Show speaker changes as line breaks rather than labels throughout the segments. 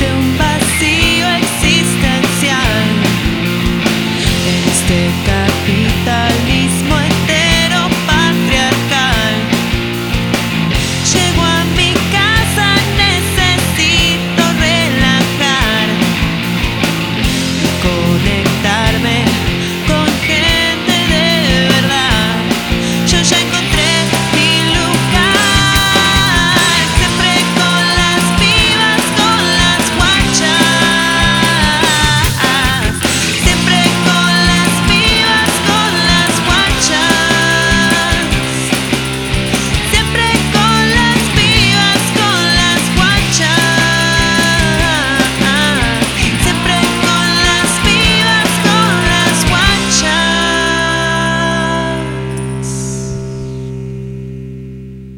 este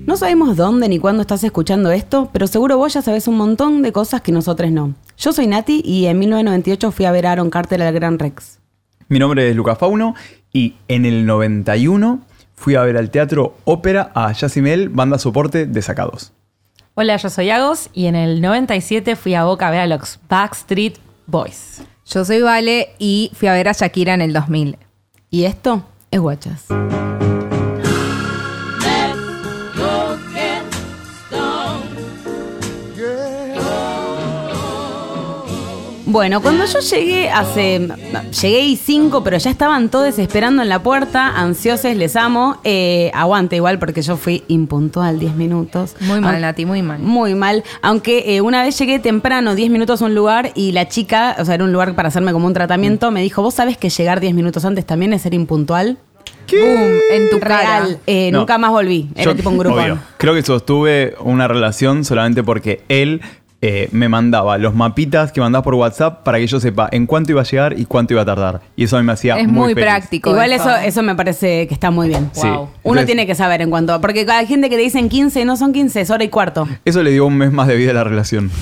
No sabemos dónde ni cuándo estás escuchando esto, pero seguro vos ya sabés un montón de cosas que nosotros no. Yo soy Nati y en 1998 fui a ver a Aaron Carter al Gran Rex.
Mi nombre es Lucas Fauno y en el 91 fui a ver al teatro ópera a Yacimel, banda soporte de Sacados.
Hola, yo soy Agos y en el 97 fui a Boca a ver a los Backstreet Boys.
Yo soy Vale y fui a ver a Shakira en el 2000.
Y esto es Guachas. Bueno, cuando yo llegué hace. Llegué y cinco, pero ya estaban todos esperando en la puerta, ansiosos, les amo. Eh, aguante igual porque yo fui impuntual 10 minutos. Ah.
Muy
Aun-
mal, Nati, muy mal.
Muy mal. Aunque eh, una vez llegué temprano, 10 minutos a un lugar, y la chica, o sea, era un lugar para hacerme como un tratamiento, me dijo: ¿Vos sabés que llegar 10 minutos antes también es ser impuntual?
Boom, en tu cara.
Real. Eh,
No.
Nunca más volví. Era
Yo-
tipo un grupo.
obvio. Creo que sostuve una relación solamente porque él eh, me mandaba los mapitas que mandaba por WhatsApp para que yo sepa en cuánto iba a llegar y cuánto iba a tardar. Y eso a mí me hacía
Es
muy,
muy
feliz.
práctico.
Igual eso, eso me parece que está muy bien.
Sí.
Wow.
Uno
Entonces,
tiene que saber en cuanto. Porque hay gente que te dicen 15, no son 15, es hora y cuarto.
Eso le dio un mes más de vida a la relación.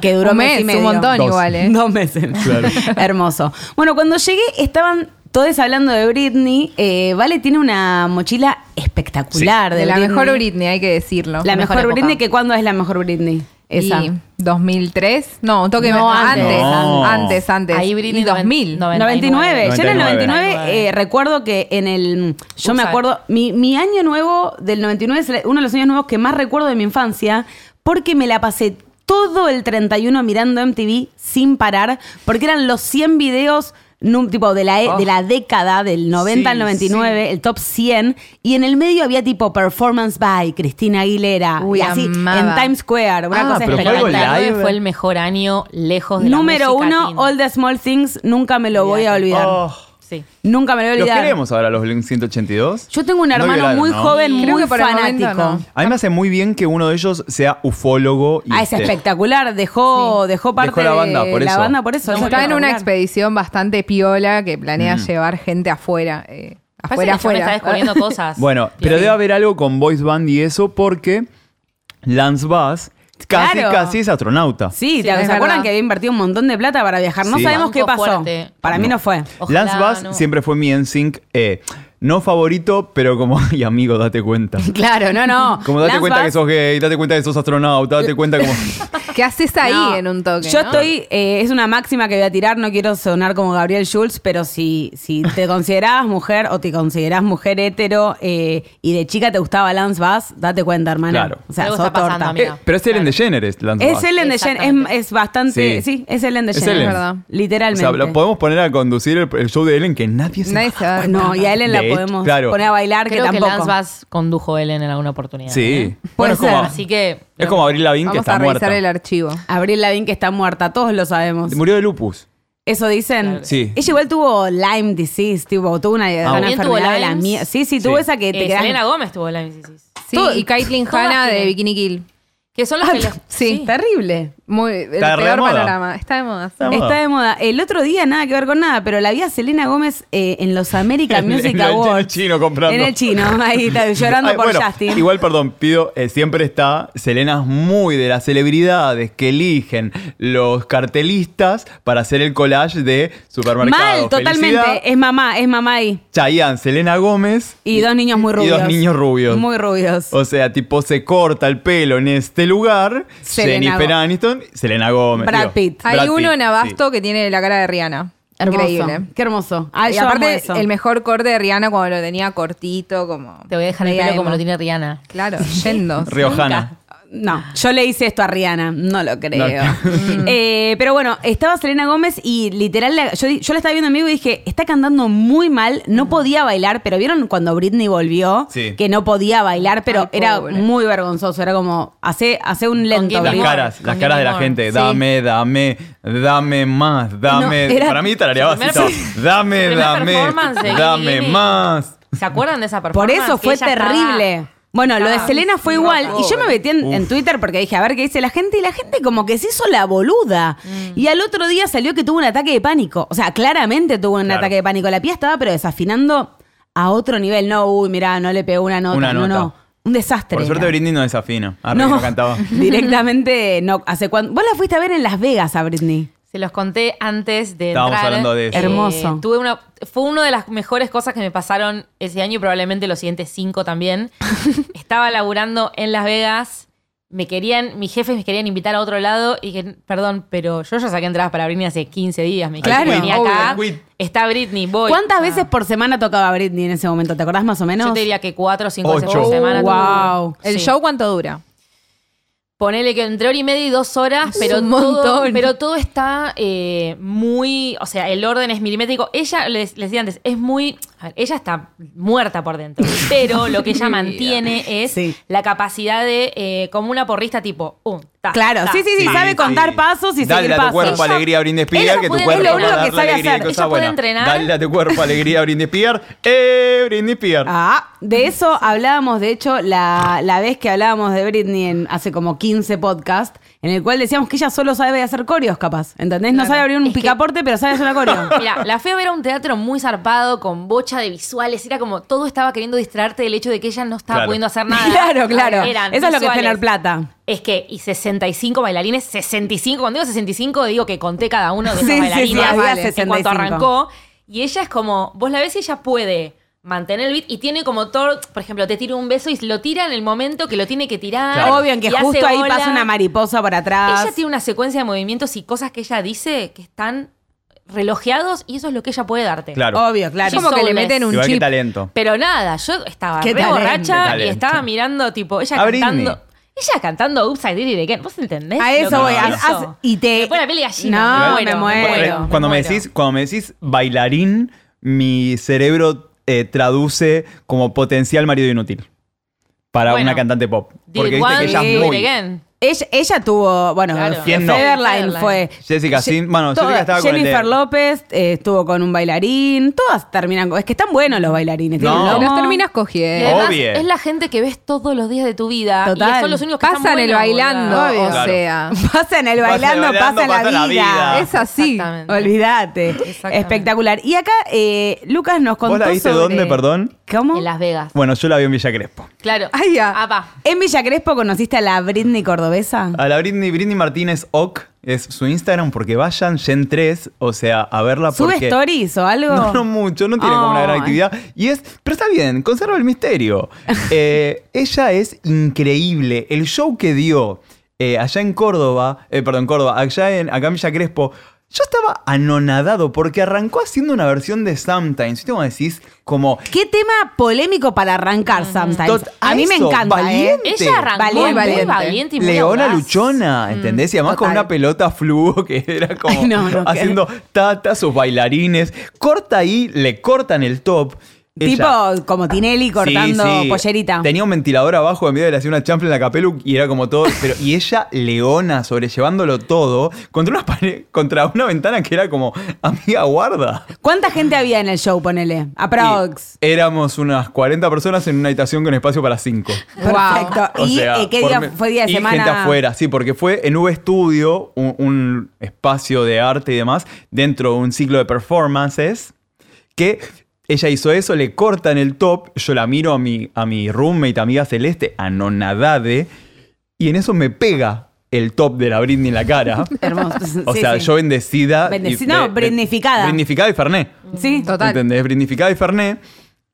que duró
Un
mes, y
mes,
medio.
un montón
Dos.
igual, ¿eh?
Dos meses.
Claro.
Hermoso. Bueno, cuando llegué estaban todos hablando de Britney. Eh, vale tiene una mochila espectacular de,
de la
Britney.
mejor Britney, hay que decirlo.
La mejor,
época.
Britney, que cuándo es la mejor Britney. Esa.
Y 2003, no, un toque
No,
más-
antes.
antes,
No.
antes, antes.
Ahí Britney
y 2000.
noven-
99. Yo en el 99
99.
eh, recuerdo que en el. Yo me
Usa.
acuerdo. Mi, mi año nuevo del 99 es uno de los años nuevos que más recuerdo de mi infancia porque me la pasé todo el 31 mirando MTV sin parar porque eran los 100 videos. num- tipo de la, e- de la década del 90 al
Sí,
99, el top 100, y en el medio había tipo Performance by Cristina Aguilera,
Uy,
y así en
amaba.
Times Square, una
Ah,
cosa
pero fue algo
espectacular.
live.
99 fue el mejor año lejos de la
Número
música
uno,
teen.
All the Small Things, nunca me lo voy a olvidar.
Oh.
Sí.
Nunca me lo voy a
Los
olvidar.
queremos ahora, los Blink 182.
Yo tengo un
No
hermano
violaron,
muy
¿no?
joven,
Creo
muy
que por el
fanático.
momento
A mí me hace muy bien que uno de ellos sea ufólogo. Y
Ah, es
esté-
espectacular. Dejó, dejó parte
la banda,
de
por
la
eso.
banda por eso. Es
Está en una
espectacular.
expedición bastante piola que planea
Mm.
llevar gente afuera. eh,
Parece que el
afuera,
chabón
afuera.
está descubriendo cosas.
Bueno, pero
Bien.
debe haber algo con Voice Band y eso porque Lance Bass casi,
Claro.
casi es astronauta.
Sí,
Sí,
¿te-
es
¿se
verdad.
acuerdan que había invertido un montón de plata para viajar? No
Sí.
sabemos qué
Banco
pasó.
fuerte.
Para mí no fue.
Ojalá,
Lance Bass
no.
siempre fue mi NSYNC, eh, no favorito, pero como, ay amigo, date cuenta.
Claro, no, no.
Como date
Lance
cuenta que
Bass-
sos gay, date cuenta que sos astronauta, date cuenta como...
¿Qué haces ahí
No,
en un toque?
Yo
no?
estoy, eh, es una máxima que voy a tirar, no quiero sonar como Gabriel Schultz, pero si, si te considerabas mujer o te considerás mujer hetero eh, y de chica te gustaba Lance Bass, date cuenta, hermana.
Claro.
O sea,
Algo
sos
está pasando,
torta.
amiga. Mira,
Eh, pero es Ellen
claro.
DeGeneres, Lance
Es
Bass.
Ellen DeGeneres,
Exactamente.
es, es bastante, sí.
Sí.
es Ellen
Es
DeGeneres,
Ellen.
verdad.
O
literalmente.
sea, lo podemos poner a conducir el, el show de Ellen que nadie se...
Nadie se va a dar
no,
cuenta.
y a Ellen la
De hecho,
podemos
claro.
poner a bailar,
Creo
que
que,
tampoco.
Lance Bass condujo Ellen en alguna oportunidad.
Sí.
¿eh?
Puede
Bueno, es como,
ser.
Así que.
es como Abril Lavigne que
Vamos
está
a revisar
muerta.
el archivo.
Abril Lavigne que está muerta, todos lo sabemos.
Murió de lupus.
Eso dicen.
Claro. Sí.
Ella igual tuvo Lyme disease, tipo, tuvo una, una
bueno.
¿También tuvo
enfermedad de la
Lyme's?
mía. Sí, sí, tuvo
Sí.
esa que te
Eh,
quedás-
Selena Gómez tuvo la MCC.
Sí,
Todo-
y Caitlyn
todas
Hanna de
tienen.
Bikini Kill.
Que son los que les-
Sí, terrible.
Muy, el
Está re de
peor
moda.
panorama. Está de moda. sí.
Está de moda.
Está de moda. El otro día, nada que ver con nada, pero la vi a Selena Gómez eh, en los American
En- en
Music
el- en el
Awards.
chino comprando.
En el chino, ahí está, llorando
Ay,
por
bueno,
Justin.
Igual, perdón, pido, eh, siempre está, Selena es muy de las celebridades que eligen los cartelistas para hacer el collage de supermercado.
Mal, totalmente.
Felicidad,
Es mamá, es mamá ahí.
Chayanne, Selena Gómez.
Y dos niños muy
Y
rubios.
dos niños rubios.
Muy rubios.
O sea, tipo, se corta el pelo en este lugar.
Selena
Jennifer
Gó-
Aniston, Selena Gómez.
Brad Pitt.
Hay
Brad
uno
Pitt,
en Abasto que tiene la cara de Rihanna.
hermoso.
Increíble.
Qué hermoso. Ah,
y
yo amo
aparte,
eso.
el mejor corte de Rihanna cuando lo tenía cortito, como.
Te voy a dejar el
media
pelo como
emo.
lo tiene Rihanna.
Claro, yendo.
sí. Riojana.
No, yo le hice esto a Rihanna, no lo creo.
No.
Eh, pero bueno, estaba Selena Gómez y literal, la- yo, di- yo la estaba viendo en vivo y dije, está cantando muy mal,
Mm.
no podía bailar, pero vieron cuando Britney volvió
Sí.
que no podía bailar, pero
Ay,
era
pobre.
muy vergonzoso, era como, hace, hace un lento.
Gilmore.
Las
Britney".
Gilmore.
caras, las
Con
caras de la
Gilmore,
gente.
sí.
Dame, dame, dame más, dame.
No, era-
Para mí tarareabas
Primera
y todo.
per-
Dame,
primera
dame,
performance de
dame
Gilmore.
más.
¿Se acuerdan de esa
Por
performance?
eso
Que
fue
ella estaba-
terrible. bueno, lo de
estaba
Selena fue
rota.
igual. Y yo me metí en, en Twitter porque dije, a ver qué dice la gente. Y la gente como que se hizo la boluda.
Mm.
Y al otro día salió que tuvo un ataque de pánico. O sea, claramente tuvo un
Claro.
ataque de pánico. La pía estaba, pero desafinando a otro nivel. No, uy, mirá, no le pegó una nota.
Una
no,
nota.
no. Un desastre.
Por suerte
era.
Britney no desafina. Arre, no. cantaba.
Directamente no. ¿Hace cuánto? Vos la fuiste a ver en Las Vegas a Britney.
Se los conté antes de
Estábamos
entrar. Eh,
hablando de eso.
Hermoso.
Tuve una, fue una de las mejores cosas que me pasaron ese año y probablemente los siguientes cinco también. Estaba laburando en Las Vegas. Me querían, mis jefes me querían invitar a otro lado y que, perdón, pero yo ya saqué entradas para Britney hace 15 días. Me dijeron,
Claro,
vení
obvio,
acá.
quit.
Está Britney, voy.
¿Cuántas
Ah.
veces por semana tocaba Britney en ese momento? ¿Te acordás más o menos?
Yo te diría que cuatro o cinco veces
Ocho.
por semana.
Wow.
tuvo.
¿El
Sí.
show cuánto dura?
Ponele que entre hora y media y dos horas, pero,
un
Todo,
montón.
pero todo está eh, muy. O sea, el orden es milimétrico. Ella, les, les decía antes, es muy. a ver, ella está muerta por dentro, pero lo que ella mantiene es
Sí.
la capacidad de. eh, como una porrista tipo. um, ta,
Claro,
ta,
sí, sí, sí,
ta.
sabe contar pasos y
dale
seguir
a tu
pasos.
cuerpo
Ella-
alegría, brindis
ella
piar, que tu
puede-
cuerpo
es lo único
para
que
darle
sabe
alegría y
hacer.
cosas
Ella puede
buenas.
entrenar.
Dale a tu cuerpo alegría, brindis piar, eh, brindis piar.
Ah, de eso hablábamos, de hecho, la, la vez que hablábamos de Britney en, hace como 15 podcasts, en el cual decíamos que ella solo sabe hacer coreos, capaz. ¿Entendés? No sabe abrir un
Es que-
picaporte, pero sabe hacer una coreo.
Mira, la fui a ver a un teatro muy zarpado, con bocha de visuales. Era como todo estaba queriendo distraerte del hecho de que ella no estaba
Claro.
pudiendo hacer nada.
Claro, claro.
Eran
Eso es lo que es
visuales.
tener plata.
Es que, y 65 bailarines, 65, cuando digo 65, digo que conté cada uno de esos
Sí, sí, sí,
bailarines
había
en cuanto
65.
arrancó. Y ella es como, vos la ves y ella puede mantener el beat y tiene como todo, por ejemplo, te tira un beso y lo tira en el momento que lo tiene que tirar.
Claro.
Obvio, en que
y hace
justo ahí
bola.
pasa una mariposa por atrás.
Ella tiene una secuencia de movimientos y cosas que ella dice que están relojeados y eso es lo que ella puede darte.
Claro.
Obvio, claro.
Es como que le
Soulless.
meten un
Igual que
chip.
talento.
Pero nada, yo estaba
Qué
re
talento.
borracha y
Talento.
estaba mirando, tipo, ella
A Britney.
cantando. Ella cantando Upside Down Again. ¿Vos entendés?
A
lo
eso
que
voy,
es
a-
eso?
a- y te-
Me pone la piel de gallina.
No,
me
Ah, me
muero.
muero.
Eh,
me
cuando, me
muero.
decís, cuando me decís bailarín, mi cerebro eh, traduce como potencial marido inútil para
Bueno.
una cantante pop.
Did
Porque
it
viste
once,
que ella
did
eh,
es
it
muy...
again.
Ella, ella tuvo, bueno,
Claro.
¿Quién no?
Federline
Federline.
fue.
Jessica Sin- bueno, Jessica
todas.
estaba con el de-
Jennifer López eh, estuvo con un bailarín. Todas terminan con. Es que están buenos los bailarines. tienen
No.
lomo.
Los terminas
Y
cogiendo.
además,
Obvio.
es la gente que ves todos los días de tu vida.
Eh, Total.
Y son los únicos que
Pasan
están
el
buenos,
bailando,
boluda.
o
Claro.
sea.
Pasan el
Pasan el
bailando,
bailando,
pasan
pasan la
la vida.
vida.
Es así.
Ah, Exactamente.
Olvídate.
Exactamente.
Espectacular. Y acá eh, Lucas nos contó.
¿Vos la viste
sobre-
dónde, perdón?
¿Cómo?
En Las Vegas.
Bueno, yo la vi en Villa Crespo.
Claro.
Ay, ya.
Ah, va.
¿En Villa Crespo conociste a la Britney Cordobesa?
A la Britney, Britney Martínez Ock es su Instagram porque vayan Gen 3, o sea, a verla
¿Sube
porque...
stories o algo?
No, no mucho, no tiene como una gran
Ay.
actividad. Y es, pero está bien, conserva el misterio. Eh, ella es increíble. El show que dio eh, allá en Córdoba, eh, perdón, Córdoba, allá en acá en Villa Crespo, yo estaba anonadado porque arrancó haciendo una versión de Sometimes. ¿Viste cómo decís? Como.
Qué tema polémico para arrancar, Sometimes.
Tot-
a mí me
eso,
encanta, ¿eh?
valiente.
Ella arrancó
Valiente.
muy valiente,
Valiente.
y muy
Leona
audaz.
Luchona, ¿entendés? Y además con
total.
una pelota fluo que era como
Ay, no, no, que-
haciendo tata, sus bailarines. Corta ahí, le cortan el top.
Tipo
Ella-
como Tinelli cortando
Sí, sí.
pollerita.
Tenía un ventilador abajo en medio de le hacía una champla en la capelu y era como todo. Pero, y ella, leona, sobrellevándolo todo, contra una pared, contra una ventana que era como, amiga, guarda.
¿Cuánta gente había en el show, ponele? Aprox.
Y éramos unas 40 personas en una habitación con espacio para 5.
Perfecto.
Ah. O
¿Y
sea,
eh, qué
por
día
me-
fue día de
y
semana?
gente afuera, sí, porque fue en V Studio, un, un espacio de arte y demás, dentro de un ciclo de performances, que ella hizo eso, le cortan el top, yo la miro a mi, a mi roommate, amiga Celeste, anonadade, y en eso me pega el top de la Britney en la cara.
Hermoso.
O
Sí,
sea,
sí.
yo bendecida. y-
Bendecida, no,
be- be-
brindificada.
Brindificada y Ferné.
Sí.
Total.
¿Entendés? Brindificada y Ferné.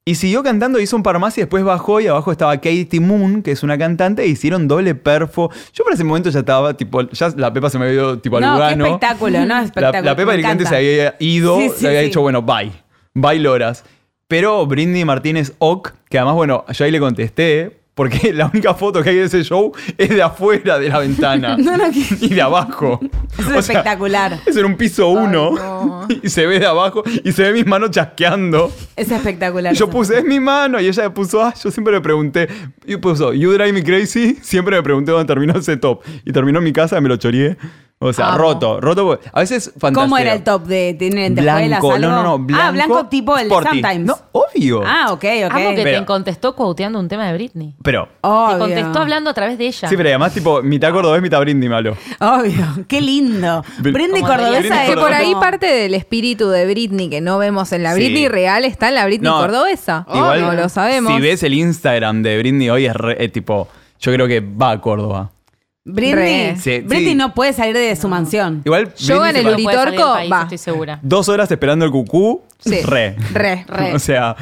Y siguió cantando, hizo un par más y después bajó y abajo estaba Katie Moon, que es una cantante, e hicieron doble perfo. Yo para ese momento ya estaba, tipo, ya la Pepa se me había ido tipo al
No, qué
Lugano.
espectáculo, no, espectáculo.
La, la Pepa
me
directamente se
encanta.
había ido,
Sí, sí,
se había
sí.
dicho, bueno, bye, bye Loras. Pero Brindy Martínez Ock, que además, bueno, yo ahí le contesté, porque la única foto que hay de ese show es de afuera de la ventana.
No, no, que-
y de abajo.
Es
O sea,
espectacular.
es en un piso uno.
no.
Y se ve de abajo y se ve mis manos chasqueando.
Es espectacular.
Y yo
eso.
puse, es mi mano. Y ella puso, ah, yo siempre le pregunté. Y puso, You Drive Me Crazy. Siempre me pregunté dónde terminó ese top. Y terminó en mi casa, me lo choreé. O sea,
Amo.
roto, roto. porque- A veces fantasía.
¿Cómo era el top de tener de
Blanco, no, no, no, blanco.
Ah, blanco tipo el de
Sporting.
Sometimes.
No, obvio.
Ah, ok, ok.
Amo que
Pero-
te contestó cuauteando un tema de Britney.
Pero,
Obvio.
Te contestó hablando a través de ella.
sí, pero además, tipo, mitad cordobés, mitad brindis, malo.
Obvio, qué lindo.
Br-
Brinde
Como
cordobesa
Britney
es
Que por ahí
como-
parte del espíritu de Britney que no vemos en la
Sí.
Britney real está en la Britney
No,
cordobesa.
Igual,
no lo sabemos.
Si ves el Instagram de Britney hoy, es re- eh, tipo, yo creo que va a Córdoba.
Britney,
Re.
Sí,
Britney
sí.
no puede salir de su mansión.
Igual, Britney se
Yo en el
No
paró
puede salir del
Uritorco,
país,
va.
Estoy segura.
dos horas esperando el cucú,
Sí.
re.
Re.
Re.
O sea,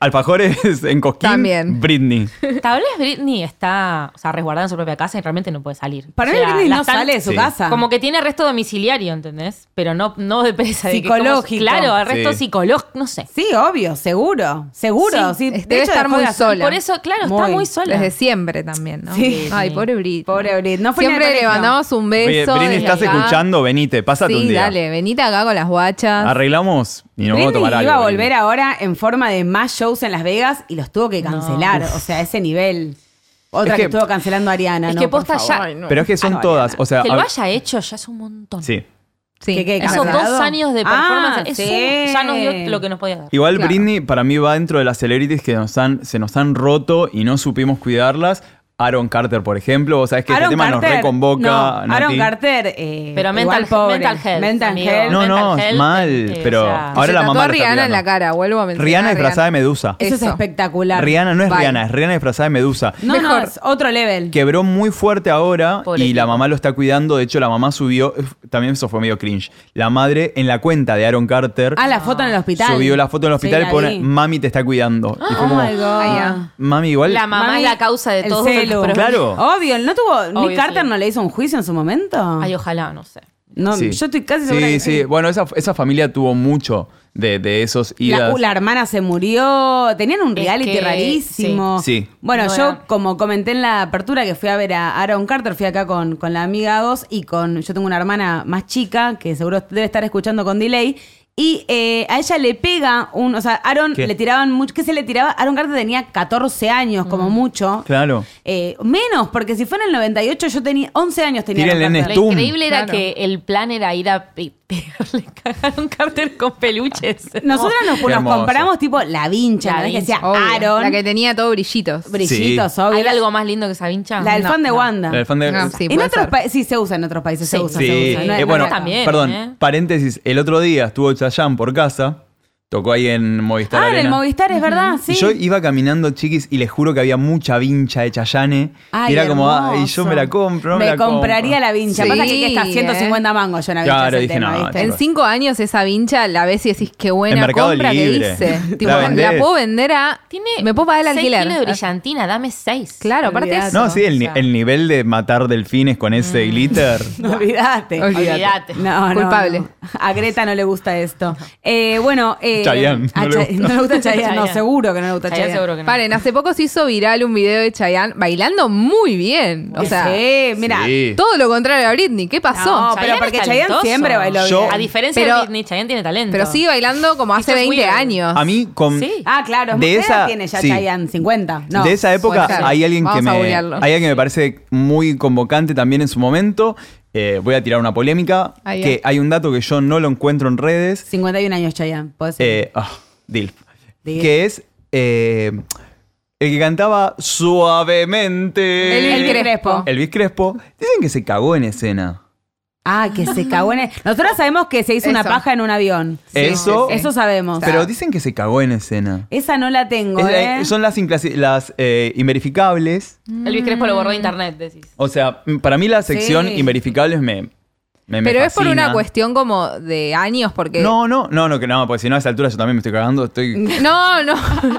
alfajores en Cosquín,
También.
Britney.
Tal vez Britney está, o sea, resguardada en su propia casa y realmente no puede salir.
Para
O
mí
sea,
Britney
la
no
están-
sale de su
Sí.
casa.
Como que tiene arresto domiciliario, ¿entendés? Pero no, no de presa. de que como-
Psicológico.
claro, arresto
Sí.
psicológico, no sé.
Sí, obvio, seguro, seguro. Sí,
Sí,
de
debe
hecho,
estar
dejó de
muy
hacer-
sola.
Por eso, claro,
Muy.
está muy sola.
Desde siempre también, ¿no?
Sí.
Ay, pobre Britney.
Pobre Britney. No fue ni al
siempre le
colegio.
mandamos un
Oye,
beso.
Britney,
desde
¿estás
acá.
escuchando? Venite, pásate
sí,
un día.
dale, venite acá con las guachas.
Arreglamos y nos vamos a
Britney
tomar algo.
iba a
Britney.
volver ahora en forma de más shows en Las Vegas y los tuvo que cancelar. O sea, ese nivel. Otra
Es
que,
que-
estuvo cancelando Ariana.
Es
Ah, no,
que
por
posta
favor.
ya.
Pero es que son
Ah, no,
todas. O sea,
Que
a-
lo haya hecho ya es un montón.
sí.
Sí,
Que quede
es
Esos
Claro.
verdad.
dos años de performance
Ah,
es
sí.
un- ya nos dio lo que nos podía dar.
Igual
Claro.
Britney para mí va dentro de las celebrities que nos han, se nos han roto y no supimos cuidarlas. Aaron Carter, por ejemplo, vos sabés que
Aaron
este tema nos
Carter,
reconvoca.
no, Aaron
Nati.
Carter. eh,
Pero
igual
mental,
pobre.
mental health.
Mental
amigo.
health.
No, no,
Mental health,
mal,
eh,
pero
o sea,
ahora
Se
la
tatuó
mamá
a
lo está
Rihanna en la
cuidando.
cara, vuelvo a mencionar.
Rihanna
a
disfrazada de Medusa.
Eso, es
Eso.
espectacular.
Rihanna no es
Bye.
Rihanna, es Rihanna disfrazada de Medusa.
No, no,
Mejor.
es otro level.
Quebró muy fuerte ahora
Pobre
y la
tipo.
mamá lo está cuidando. De hecho, la mamá subió, también eso fue medio cringe. La madre en la cuenta de Aaron Carter
Ah, la foto en el hospital.
subió la foto en el hospital
Sí,
y
la
pone,
vi.
mami te está cuidando. Y fue
Oh
como,
my God.
Ay, ah.
mami, igual...
La mamá
Mami,
es la causa de
el
todo.
celu.
Claro.
Obvio, ¿no tuvo. Nick
Obvio,
Carter
sí.
no le hizo un juicio en su momento?
Ay, ojalá, no sé.
no,
Sí.
Yo estoy casi
Sí,
segura que
sí. Bueno, esa, esa familia tuvo mucho de, de esos
La,
idas.
uh, la hermana se murió, tenían un
Es
reality
que-
rarísimo.
sí. Sí.
Bueno,
No
yo
era-
como comenté en la apertura que fui a ver a Aaron Carter, fui acá con, con la amiga Agos y con yo tengo una hermana más chica que seguro debe estar escuchando con delay. Y eh, a ella le pega un, o sea, Aaron
¿Qué?
le tiraban mucho, ¿qué se le tiraba? Aaron Carter tenía 14 años
Mm.
como mucho.
Claro.
Eh, menos, porque si fue en el 98 yo tenía 11 años tenía.
Tírenle
Aaron
en
Carter.
Lo
Tum.
increíble era
Claro.
que el plan era ir a pe- pegarle a un Carter con peluches.
Nosotras nos,
Qué
nos
hermoso.
compramos tipo la vincha,
La
¿no? Es que
vincha,
decía
Obvio.
Aaron,
La que tenía todo brillitos.
brillitos,
Sí.
obvio.
¿Hay algo más lindo que esa vincha?
La del
No,
fan de
no.
Wanda.
La del fan de-
No,
Sí.
sí,
en
puede
otros
ser.
países sí se usa en otros países, se
Sí.
usa, se usa. No
Eh,
es- Ah, no
bueno,
es acá.
también,
perdón,
¿eh?
paréntesis. El otro día estuvo Chayanne por casa. Tocó ahí en Movistar
Ah, en el
Arena.
Movistar es verdad, sí.
Y yo iba caminando, chiquis, y les juro que había mucha vincha de Chayanne.
Ay,
y era como,
hermoso.
ay, yo me la compro, no me,
me
la compro".
compraría la vincha.
Sí,
Pasa que aquí está
eh.
150 mangos yo en la vincha.
Claro,
es el
dije,
tema,
no,
¿viste?
En cinco años esa vincha la ves y decís qué
En
buena
Mercado
compra
Libre.
que hice.
La
Tipo, la,
vendés.
puedo vender a.
Tiene
me puedo pagar el
seis
alquiler. Ah,
kilos de brillantina, dame seis.
Claro, aparte de
Olvidate.
eso.
No, sí, el, ni-
O sea.
el nivel de matar delfines con
Mm.
ese glitter.
No, olvidate.
Olvidate.
Olvídate.
No, no,
Culpable.
no. A Greta no le gusta esto. Eh, bueno, eh,
Chayanne,
a
no le
Chay- no
gusta.
le gusta Chayanne. No,
Chayanne.
seguro que no le gusta
Chayanne
Chayanne.
seguro que no.
Paren, hace poco se hizo viral un video de Chayanne bailando muy bien. O sea,
sí, eh, mira.
Sí.
todo lo contrario a Britney. ¿Qué pasó?
No, pero
Chayanne
porque
es
Chayanne
talentoso.
siempre bailó
Yo-
bien.
A diferencia
Pero-
de Britney, Chayanne tiene talento.
Pero sigue bailando como hace
It's
20
weird.
años.
A mí, con,
Sí.
Ah, claro.
De
¿Qué edad
esa-
tiene ya
sí.
Chayanne? 50. Ah, No.
de esa época
puede ser.
hay alguien que
Vamos
me
a googlearlo.
hay alguien que me parece muy convocante también en su momento. Eh, voy a tirar una polémica
Ahí
que
es.
hay un dato que yo no lo encuentro en redes.
51 años Chayanne. puede ser.
Eh, ah, Dilf.
Dilf.
Que es eh, el que cantaba suavemente.
Elvis
Elvis Crespo.
Elvis Crespo. Dicen que se cagó en escena.
Ah, que se cagó en el... Nosotros sabemos que se hizo una
Eso.
paja en un avión.
Sí,
Eso.
sí, sí.
Eso sabemos.
Pero dicen que se cagó en escena.
Esa no la tengo,
Es la-
¿eh?
son las, inclasi- las eh, inverificables.
Elvis Crespo lo borró de internet, decís.
O sea, m- para mí la sección
Sí.
inverificables me, me- me
Pero es por
fascina.
una cuestión como de años, porque.
No, no, no, no, que no, porque si no a esa altura yo también me estoy cagando, estoy.
No, no,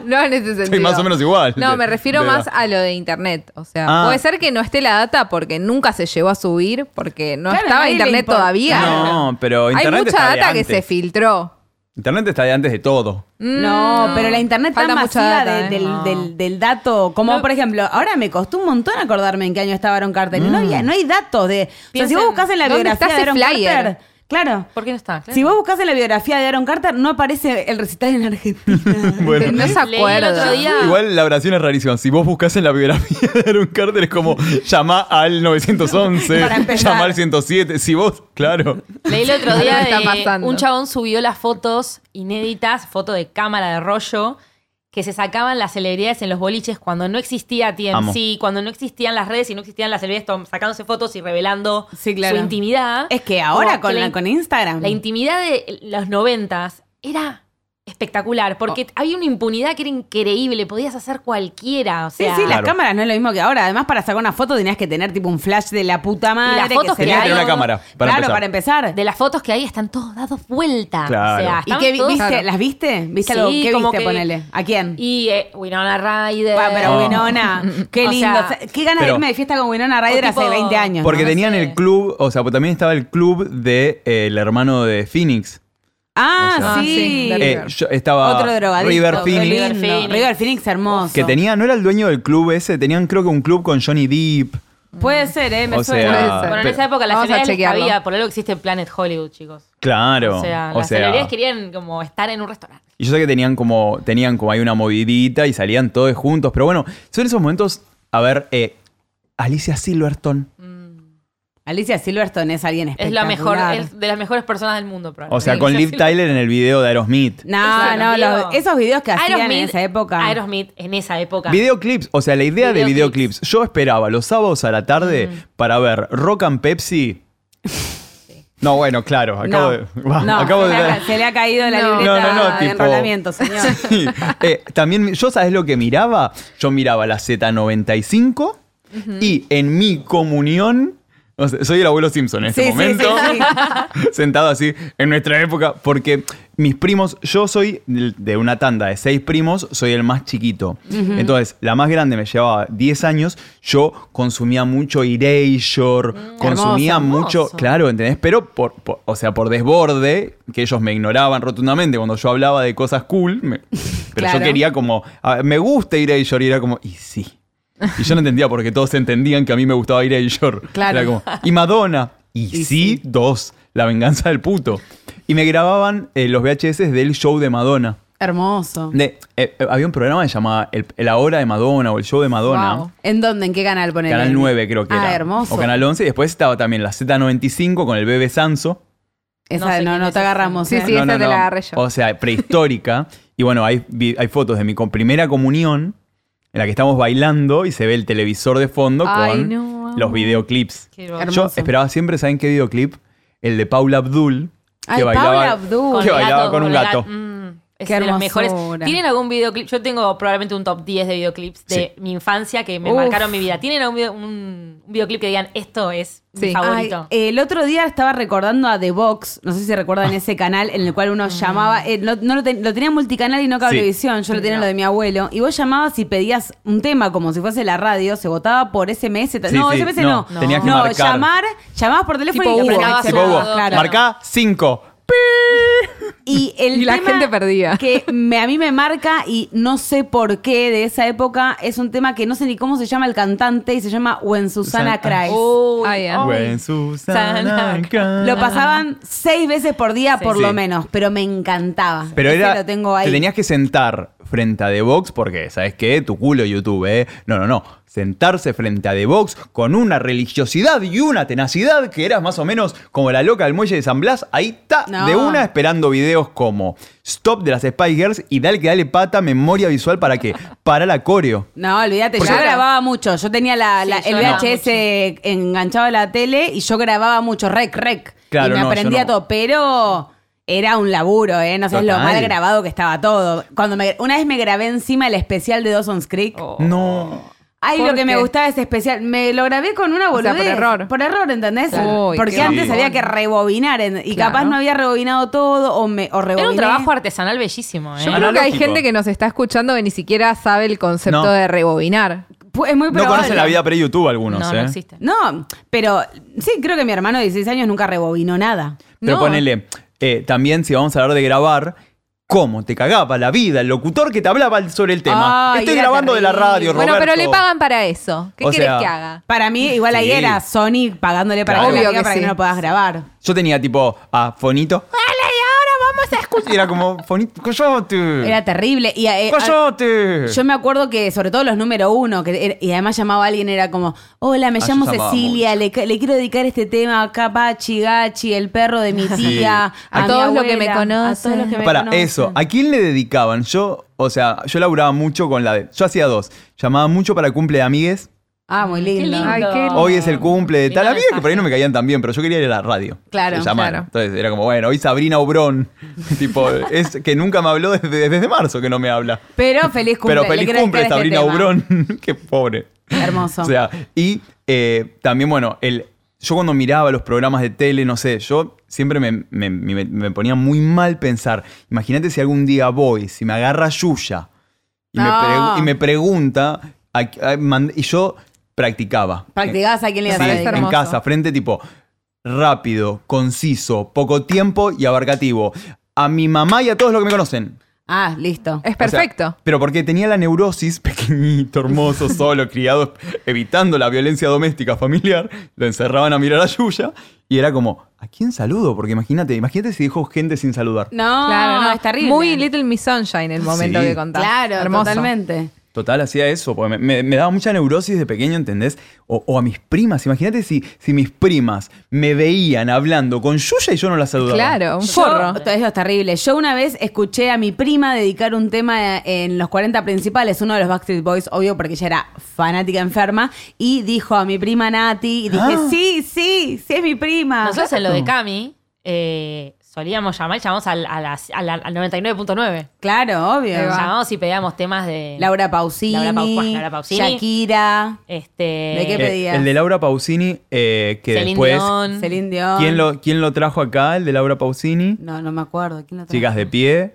no en ese sentido.
más o menos igual.
No, me refiero
De
más
edad.
a lo de internet. O sea,
Ah.
puede ser que no esté la data porque nunca se llegó a subir, porque no
Claro,
estaba
nadie le
internet
importa.
todavía.
No, pero
Hay
internet
mucha
está de
data que
antes.
se filtró. Mm.
Internet está de antes de todo.
No, pero la internet tan
Falta mucha
masiva
data,
de-
¿eh?
del,
No.
del- del dato, como
No.
por ejemplo, ahora me costó un montón
Mm.
acordarme en qué año estaba Aaron Carter. No, había, no hay datos de... O sea, si
Piensen,
vos buscas en la
¿dónde
biografía
está
de
ese
Aaron
flyer?
Carter, Claro.
¿Por qué no está? Claro.
Si vos buscas en la biografía de Aaron Carter, no aparece el recital en Argentina.
Bueno.
No se
Leí el otro
acuerda.
día-
Igual la oración es rarísima. Si vos buscas en la biografía de Aaron Carter, es como llama al 911,
Para empezar.
llama al 107. Si vos, claro.
Leí el otro
Algo
día
está
de
pasando.
un chabón subió las fotos inéditas, foto de cámara de rollo, que se sacaban las celebridades en los boliches cuando no existía TMC,
Amo.
cuando no existían las redes y no existían las celebridades tom- sacándose fotos y revelando
Sí, claro.
su intimidad.
Es que ahora
Como
con,
que
la-
in-
con Instagram.
La intimidad de los noventas era espectacular, porque había una impunidad que era increíble, podías hacer cualquiera. O
Sí,
sea,
sí, las
Claro.
cámaras no es lo mismo que ahora. Además, para sacar una foto tenías que tener tipo un flash de la puta madre.
las fotos
se
que
vea
hay- Tenía que tener
todo.
una cámara, para
claro,
empezar.
para empezar.
de las fotos que hay están todos dados vuelta.
Claro.
O sea,
¿Y
estaban
qué vi-
todos-
viste? ¿Las viste? ¿Viste algo?
Sí,
¿Qué
como
viste?
que-
Ponele. ¿A quién?
Y eh, Winona Ryder.
Ah, pero
Oh.
Winona, qué
O
lindo.
sea,
O sea, qué ganas de
pero-
irme de fiesta con Winona Ryder
O tipo-
hace 20 años.
Porque
no
tenían
sé.
el club, o sea, pues también estaba el club del hermano de Phoenix.
Ah,
o sea,
sí.
Ah, sí,
Eh, yo- estaba
Otro drogadicto.
River
qué
Phoenix.
lindo.
River Phoenix.
River Phoenix hermoso.
Que tenía, no era el dueño del club ese, tenían creo que un club con Johnny Depp.
Puede ser, eh, me
O
suena.
sea,
Puede ser.
Bueno, en
Pero-
esa época las
Vamos a
celebridades
chequearlo.
había, por algo existe Planet Hollywood, chicos.
Claro.
O sea, las celebridades querían como estar en un restaurante.
Y yo sé que tenían como, tenían como ahí una movidita y salían todos juntos. Pero bueno, son esos momentos. A ver, eh, Alicia Silverton.
Alicia Silverstone es alguien
Es
espectacular.
la mejor, es de las mejores personas del mundo,
O
probablemente.
sea, con Liv Tyler en el video de Aerosmith.
No,
Claro,
no, los-
digo,
esos videos que hacían en
Aerosmith-
esa época.
Aerosmith en esa época.
Videoclips, o sea, la idea de
Videoclips.
videoclips. Yo esperaba los sábados a la tarde
Mm.
para ver Rock and Pepsi. No, bueno, claro,
no,
acabo de. va,
no,
acabo
se,
de
le ha, se le ha caído la
No.
libreta
No, no, no,
de
tipo-
enrolamiento, señor.
Sí. Eh, también, ¿yo sabes lo que miraba? Yo miraba la Z95 y en mi comunión. o sea, soy el abuelo Simpson en este
Sí, sí,
momento.
sí,
Sentado así en nuestra época. Porque mis primos, yo soy de de una tanda de seis primos, soy el más chiquito. Entonces, la más grande me llevaba 10 años. Yo consumía mucho Erasure, consumía
Mm, hermoso,
mucho.
hermoso.
Claro, ¿entendés? Pero, por, por- o sea, por desborde, que ellos me ignoraban rotundamente cuando yo hablaba de cosas cool, me- pero
Claro.
yo quería como, a ver, me gusta ir a Shore, y era como, y sí. Y yo no entendía porque todos entendían que a mí me gustaba ir a Shore.
Claro.
Era como, y Madonna, y, sí, dos, La venganza del puto. Y me grababan eh, los VHS del show de Madonna.
Hermoso.
De, eh, eh, había un programa que se llamaba el, La Hora de Madonna o El Show de Madonna.
Wow.
¿En dónde? ¿En qué canal poner?
Canal 9 creo que
ah,
era.
hermoso.
O Canal 11. Y después estaba también la Z95 con el bebé Sanso.
Esa,
No
no,
sé
no,
quién es esa.
te agarramos.
Sí,
eh.
sí, esa te la agarré yo.
O sea, prehistórica. y bueno, hay, vi- hay fotos de mi com- primera comunión en la que estamos bailando y se ve el televisor de fondo
Ay,
con
no, amo.
los videoclips.
Qué hermoso.
Yo esperaba siempre, ¿saben qué videoclip? El de Paula Abdul. Que
Ay,
bailaba,
Paula Abdul.
Que
el
bailaba
gato,
con un
el
gato.
Mm, es
Qué
de los
hermosura.
mejores. ¿Tienen algún videoclip? Yo tengo probablemente un top 10 de videoclips de mi infancia que me
Uf.
marcaron mi vida. ¿Tienen algún video- un, un videoclip que digan esto es mi
Sí.
favorito?
Ay, el otro día estaba recordando a The Box, no sé si recuerdan
Ah.
ese canal en el cual uno llamaba, eh, no, no lo, ten- lo tenía multicanal y no cablevisión, yo lo tenía en lo de mi abuelo, y vos llamabas y pedías un tema como si fuese la radio, se votaba por SMS, ta-
Sí,
no,
sí,
SMS
no,
no,
tenías que marcar.
llamar, llamabas por teléfono
Tipo
y
Hugo.
marcabas
Tipo
el-
Tipo,
Hugo.
vos,
claro.
marcá 5.
Y, el
Y la
tema
gente perdía.
Que me- a mí me marca y no sé por qué de esa época es un tema que no sé ni cómo se llama el cantante y se llama When Susana
Susana-
Cries.
Oh,
Uy,
Ay, ay.
ay. Sana.
Lo pasaban seis veces por día, por
Ah. Sí.
lo menos, pero me encantaba.
Pero
Ese
era.
lo tengo ahí.
Te tenías que sentar frente a The Box porque, ¿sabes qué? Tu culo, YouTube, ¿eh? No, no, no. Sentarse frente a The Box con una religiosidad y una tenacidad que eras más o menos como la loca del muelle de San Blas. Ahí está,
No.
de una, esperando videos como Stop de las Spy Girls y Dale que dale pata, memoria visual para que para la coreo.
No, olvídate, yo
Porque-
grababa mucho. Yo tenía la, la-
Sí,
el
yo grababa
VHS enganchado a la tele y yo grababa mucho, rec, rec.
Claro,
y me
no, yo
aprendía
no.
todo, pero era un laburo, ¿eh? No sé lo
Total.
mal grabado que estaba todo. Cuando me- una vez me grabé encima el especial de Dawson's Creek.
Oh.
No.
Ay, lo
¿Por
que me
qué?
gustaba ese especial. Me lo grabé con una
O sea,
boludez.
por error.
Por error, ¿entendés?
Claro. Uy,
Porque
qué
antes
bajón.
había que rebobinar. en- y
Claro.
capaz no había rebobinado todo o, me, o rebobiné.
Era un trabajo artesanal bellísimo, ¿eh?
Yo creo que hay
Analógico.
gente que nos está escuchando que ni siquiera sabe el concepto
No.
de rebobinar.
Pu- Es muy
No
probable.
conocen la vida pre-YouTube
no,
algunos,
no
¿eh?
existe.
No, pero sí, creo que mi hermano de 16 años nunca rebobinó nada.
Pero
No.
ponele, eh, también si vamos a hablar de grabar, ¿Cómo te cagaba la vida el locutor que te hablaba sobre el tema?
Ay,
Estoy
era
grabando de la
terrible.
radio,
Bueno, pero le
Roberto.
pagan para eso. ¿Qué
O
querés
sea,
que haga?
Para mí, igual ahí
Sí.
era Sony pagándole para
Claro.
que, la
Obvio
diga
que
para
sí.
que no lo puedas grabar.
Yo tenía tipo a Fonito. ¡Dale, y ahora vamos a escuchar! Y era como, Fonito, coyote.
Era terrible. Y, eh,
Pues ¡Coyote!
Yo me acuerdo que, sobre todo los número uno, que era- y además llamaba a alguien, era como, hola, me
Ah, yo
llamo
llamaba
Cecilia, le, le quiero dedicar este tema a Capachi, Gachi, el perro de mi tía,
A
mi
todos los
abuela,
que me conocen.
a todos los que me
Para
conocen".
eso, ¿a quién le dedicaban? Yo, o sea, yo laburaba mucho con la de. Yo hacía dos. Llamaba mucho para cumple de amigues.
Ah, muy
Qué
lindo.
lindo.
Ay, qué lindo.
Hoy es
Ah,
el cumple de
Lindo
tal amiga que por
mensaje.
ahí no me caían tan bien, pero yo quería ir a la radio.
Claro,
Se llamaban.
claro.
Entonces era como, bueno, hoy Sabrina Obrón. tipo, es que nunca me habló desde, desde marzo que no me habla.
Pero feliz cumple.
pero
le
feliz
quiero
cumple,
dedicar este tema.
Sabrina Obrón. Qué pobre.
Hermoso.
O sea, y eh, también, bueno, el, yo cuando miraba los programas de tele, no sé, yo siempre me, me- me- me ponía muy mal pensar. Imagínate si algún día voy, si me agarra Yuya y, me,
No.
pregu- y me pregunta, a- a- mand- y yo practicaba.
Practicabas a quién le ibas
Sí,
a
parece
en
dedicar.
hermoso.
casa, frente tipo rápido, conciso, poco tiempo y abarcativo. A mi mamá y a todos los que me conocen.
Ah, listo.
O
Es
sea,
perfecto.
pero porque tenía la neurosis, pequeñito, hermoso, solo, criado, evitando la violencia doméstica familiar, lo encerraban a mirar a Yuya y era como, ¿a quién saludo? Porque imagínate, imagínate si dejó gente sin saludar.
No,
claro, no.
es terrible.
Ah, Muy Little Miss Sunshine el momento
Sí.
que contás.
Claro,
Hermoso.
totalmente.
Total, hacía eso, porque me, me- me daba mucha neurosis de pequeño, ¿entendés? O, o a mis primas, imagínate si, si mis primas me veían hablando con Yuya y yo no la saludaba.
Claro, un
Yo-
forro.
eso es terrible. Yo una vez escuché a mi prima dedicar un tema en los 40 principales, uno de los Backstreet Boys, obvio, porque ella era fanática enferma, y dijo a mi prima Nati, y dije,
Ah.
sí, sí, sí es mi prima.
Nosotros en lo de Cami eh, solíamos llamar, llamamos al, a las- a la- al 99.9.
Claro, obvio.
Ahí va.
Llamamos y pedíamos temas de.
Laura Pausini,
Laura Pau- Laura Pausini.
Shakira,
Este,
¿De qué
Eh,
pedías?
el de Laura Pausini, eh, que
Celine
después...
Dion.
Celine Dion.
¿quién lo, ¿Quién lo trajo acá, el de Laura Pausini?
No, no me acuerdo. ¿Quién lo trajo?
Chicas de pie,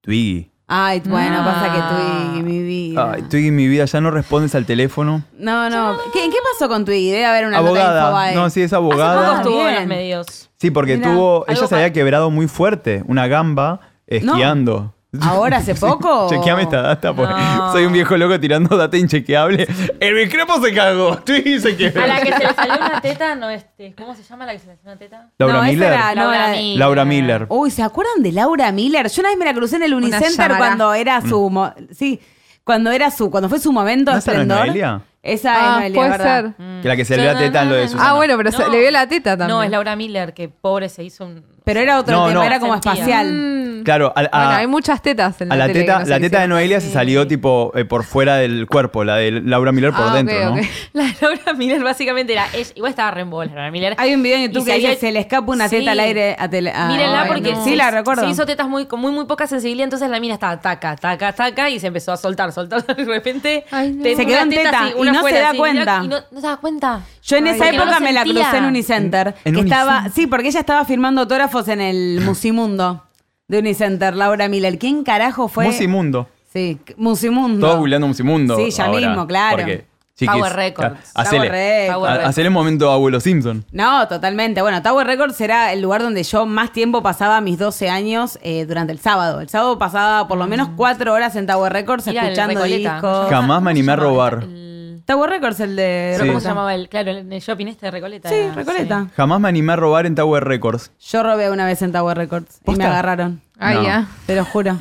Twiggy.
Ay, bueno,
Ah.
pasa que Twiggy, mi vida.
Ay, Twiggy, mi vida, ya no respondes al teléfono.
No, no. ¿Qué, ¿Qué pasó con Twiggy? Debe haber una nota
abogada.
de Infobae.
No, sí, es
Hace poco
abogada.
estuvo en
bien.
los medios.
Sí, porque
Mirá,
tuvo. Ella
algo
se había
pa-
quebrado muy fuerte, una gamba esquiando.
¿Ahora, hace poco?
Chequeame esta data, porque
No.
soy un viejo loco tirando data inchequeable. El micropo se cagó. Twiggy se quebró.
A la que se le salió una teta, no este. ¿Cómo se llama la que se le salió una teta?
Laura
No, esa
Miller.
era- Ah, no, la-
Laura Miller.
Uy, ¿se acuerdan de Laura Miller? Yo una vez me la crucé en el Unicenter
llamará.
cuando era su mo- sí, cuando era su cuando fue su momento
Mm. ¿No
de
esa no es
esplendor.
Noelia?
Esa es
Ah,
Noelia,
puede
¿verdad?
ser.
Que la que se le da teta en lo de Susana.
Ah, bueno, pero se- le vio la teta también.
No, es Laura Miller, que pobre se hizo un.
Pero era otro
No,
tema,
no.
era como
Sentía.
espacial.
Mm.
Claro, a, a-
bueno, hay muchas tetas en la,
Ah, a la
tele que
teta,
no se
la teta de
hicieron.
Noelia se salió tipo eh, por fuera del cuerpo, la de Laura Miller por
Ah, ok,
dentro,
ok.
¿no?
La de Laura Miller básicamente era ella. Igual estaba re en bola, Laura Miller.
Hay un video en YouTube
Y
que
había-
dice, se le escapa una teta
Sí.
al aire a tele. a-
Mírenla
Ay,
porque
no.
se,
sí la
hizo-
recuerdo.
se hizo tetas muy, con muy, muy poca sensibilidad, entonces la mina estaba taca, taca, taca y se empezó a soltar, soltar de repente.
Ay, no.
tenía
Se quedó en
unas
teta,
tetas
y no se
afuera,
da
así, mira,
cuenta.
Y no, no se da cuenta.
Yo en
Ay,
esa
porque
época
no
me la
sentía.
crucé en Unicenter.
¿En
que estaba,
Unicenter?
sí, porque ella estaba firmando autógrafos en el Musimundo de Unicenter, Laura Miller. ¿Quién carajo fue?
Musimundo.
Sí, Musimundo.
Todos googleando Musimundo.
Sí, ya
ahora,
mismo, claro.
porque, chiquis,
Power Records.
ha- Hacele,
Power Records.
ha-
Power Records.
hacele un momento abuelo Simpson.
No, totalmente. Bueno, Tower Records era el lugar donde yo más tiempo pasaba mis 12 años eh, durante el sábado. El sábado pasaba por lo menos cuatro horas en Tower Records
Mira, el
escuchando
Recoleta.
discos.
Jamás me
¿Cómo se
animé a
llamaba?
robar.
El-
Tower Records, el de
¿Pero
Sí.
cómo se llamaba el? Claro, en el shopping este de Recoleta.
Sí,
era,
Recoleta.
Jamás me animé a robar en Tower Records.
Yo robé una vez en Tower Records y me
¿Posta?
agarraron.
Ay,
No.
ya.
Te lo juro.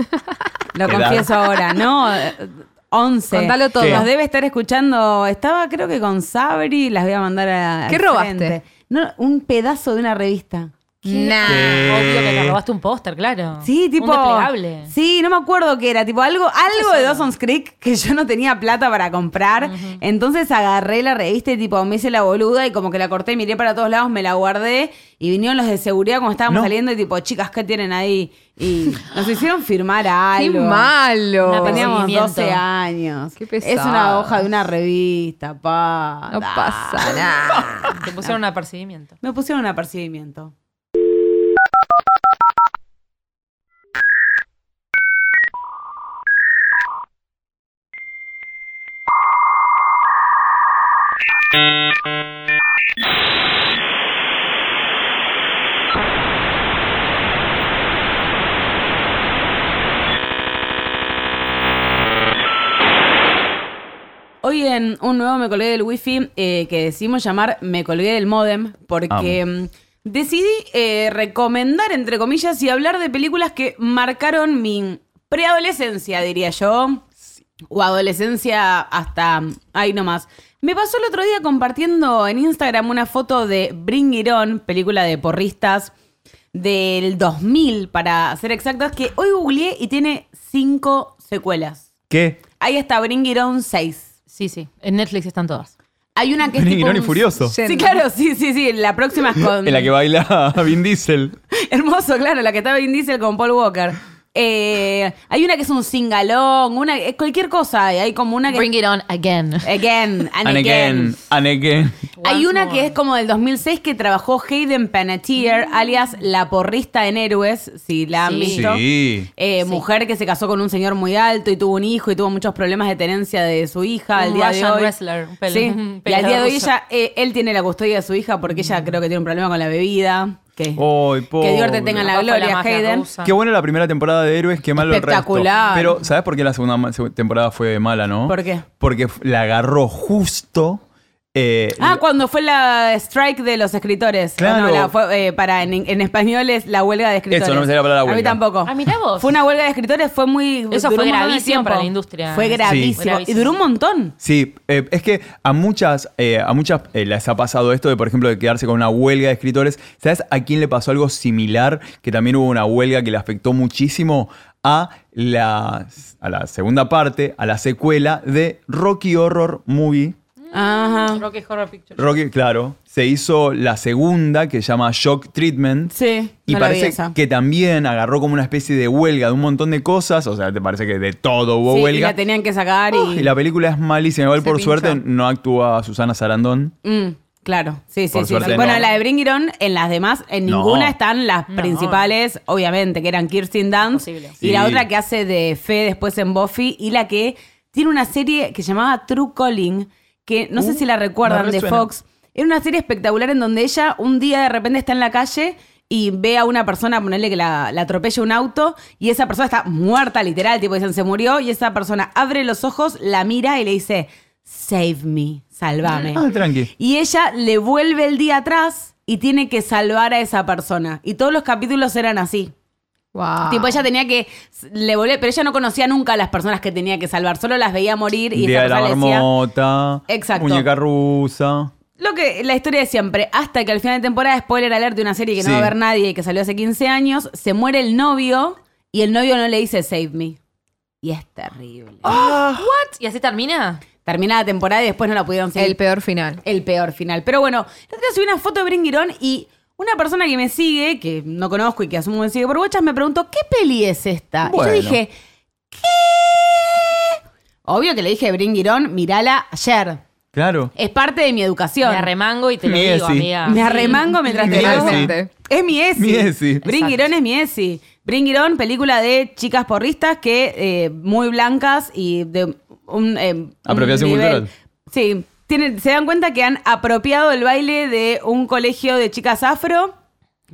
Lo
Qué
confieso ahora. No, eh, 11.
Contalo todo.
¿Qué?
Nos debe estar escuchando. Estaba, creo que con Sabri. Las voy a mandar a. al
¿Qué robaste?
frente. No, un pedazo de una revista.
Nah.
sí. Obvio que te robaste un póster, claro.
Sí, tipo.
Un desplegable.
Sí, no me acuerdo qué era. Tipo algo, algo de Dawson's Creek que yo no tenía plata para comprar. Entonces agarré la revista y tipo me hice la boluda y como que la corté, miré para todos lados, me la guardé y vinieron los de seguridad cuando estábamos
No.
saliendo y tipo, chicas, ¿qué tienen ahí? Y nos hicieron firmar
Qué
algo.
malo.
Una pendeja.
Teníamos
Seguimiento.
12 años.
Qué
es una
pesados.
hoja de una revista, pa.
No
Da.
pasa nada.
Te pusieron un apercibimiento.
Me pusieron un apercibimiento. hoy en un nuevo Me Colgué del Wi-Fi eh, que decidimos llamar Me Colgué del Modem porque mm, decidí eh, recomendar, entre comillas, y hablar de películas que marcaron mi preadolescencia, diría yo, o adolescencia hasta ahí nomás. Me pasó el otro día compartiendo en Instagram una foto de Bring It On, película de porristas del 2000, para ser exactas, que hoy googleé y tiene cinco secuelas.
¿Qué?
Ahí está Bring It On 6.
Sí, sí. En Netflix están todas.
Hay una que es
Bring
tipo
It On y
un-
Furioso.
Sí, claro, sí, sí, sí. La próxima es con...
En la que baila Vin Diesel.
Hermoso, claro, la que está Vin Diesel con Paul Walker. Eh, hay una que es un singalón, una eh, cualquier cosa. Hay Hay como una que...
Bring it on again.
Again, and,
And
again.
again. And again.
Hay
Once
una
more.
que es como del 2006 que trabajó Hayden Panettiere, alias la porrista en Héroes, si la han
Sí.
visto.
Sí.
Eh,
Sí.
Mujer que se casó con un señor muy alto y tuvo un hijo y tuvo muchos problemas de tenencia de su hija al
Un
día de
Russian
hoy.
wrestler, un pele-
Sí.
un
Y al día de
peleador
hoy
ruso. Mm.
ella, eh, él tiene la custodia de su hija porque ella creo que tiene un problema con la bebida. Que, Eh, que
Ay,
Dios te
pobre.
tenga
Abajo la
la gloria,
mafia
Hayden.
rusa.
Qué buena la primera temporada de Héroes, qué malo el resto.
Espectacular.
Pero, ¿sabes por qué la segunda ma- seg- temporada fue mala, no?
¿Por qué?
Porque f- la agarró justo. eh,
Ah,
la-
cuando fue la strike de los escritores.
Claro.
Ah, no, la fue, eh, para, en, en español es la huelga de escritores.
Eso, no me salía la palabra
A mí
huelga.
tampoco.
Ah, mirá vos.
Fue una huelga de escritores, fue muy.
Eso
duró
fue
un montón de
gravísimo
tiempo.
para la industria.
Fue
Sí.
gravísimo.
Gravísimo.
Y duró un montón.
Sí, eh, es que a muchas, eh, a muchas eh, les ha pasado esto de, por ejemplo, de quedarse con una huelga de escritores. ¿Sabes a quién le pasó algo similar? Que también hubo una huelga que le afectó muchísimo a la, a la segunda parte, a la secuela de Rocky Horror Movie.
Mm.
Ajá.
Rocky Horror Picture.
Rocky, claro, se hizo la segunda que se llama Shock Treatment.
Sí.
Y
no la vi
parece
esa.
que también agarró como una especie de huelga de un montón de cosas. O sea, te parece que de todo hubo
Sí, y
huelga.
la tenían que sacar
Oh,
y.
y la película es malísima. Igual,
Se
por
pinchó.
suerte, no actúa Susana Sarandón.
Mm, claro. Sí, sí,
Por
sí.
suerte
sí.
no.
Bueno, la de Bring It On, en las demás, en
No.
ninguna están las principales, obviamente, que eran Kirsten Dunst.
Imposible.
Y la
Sí.
otra que hace de Fe después en Buffy. Y la que tiene una serie que se llamaba True Calling, que no sé
Uh,
si la recuerdan,
me
de
resuena.
Fox. Era una serie espectacular en donde ella un día de repente está en la calle y ve a una persona, ponerle que la, la atropella un auto, y esa persona está muerta, literal, tipo dicen, se murió, y esa persona abre los ojos, la mira y le dice, save me, salvame.
Ah, tranqui.
Y ella le vuelve el día atrás y tiene que salvar a esa persona. Y todos los capítulos eran así.
Ah.
Wow.
Tipo, ella tenía que. Le volver, pero ella no conocía nunca a las personas que tenía que salvar, solo las veía morir y
Día de
esa
la
persona le decía,
marmota.
Exacto.
Muñeca rusa.
Lo que, la historia de siempre, hasta que al final de temporada, spoiler alert de una serie que no
Sí.
va a ver nadie y que salió hace 15 años, se muere el novio y el novio no le dice save me. Y es terrible.
¿What? ¿Y así termina?
Termina la temporada y después no la pudieron seguir.
El peor final.
el peor final. Pero bueno, el otro día subí una foto de Bringirón y una persona que me sigue, que no conozco y que asumo que me sigue por bochas, me preguntó, ¿qué peli es esta?
Bueno.
Y yo dije, ¿qué? Obvio que le dije Bringirón, mirala ayer.
Claro.
Es parte de mi educación.
Me arremango y te lo
Mi
digo,
Esi.
amiga.
Me arremango mientras te
Mi
lo hago.
Esi.
Es mi Esi.
Mi Esi.
Bring It
Exacto.
On es mi Esi. Bring It On, película de chicas porristas que eh, muy blancas y de un. eh, un
Apropiación
nivel-
cultural.
Sí. Tienen- se dan cuenta que han apropiado el baile de un colegio de chicas afro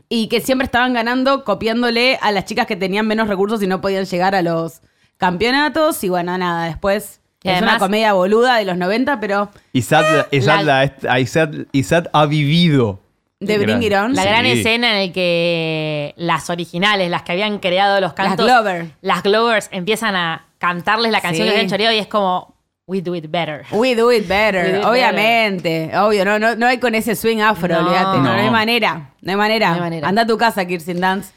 y que siempre estaban ganando copiándole a las chicas que tenían menos recursos y no podían llegar a los campeonatos. Y bueno, nada, después.
Y
es una
además-
comedia boluda de los 90, pero
Isad, Isad, la- Isad, Isad ha vivido.
de Bring It On.
La gran
Sí.
escena en el que las originales, las que habían creado los cantos,
Las Glover.
las Glovers empiezan a cantarles la canción
Sí.
que habían choreado y es como We do it better.
We do it better,
We do it
obviamente. Obvio, no, no, no hay con ese swing afro,
No.
olvídate. No, no
No.
hay manera. No hay manera.
No hay manera.
Anda a tu casa, Kirsten Dance.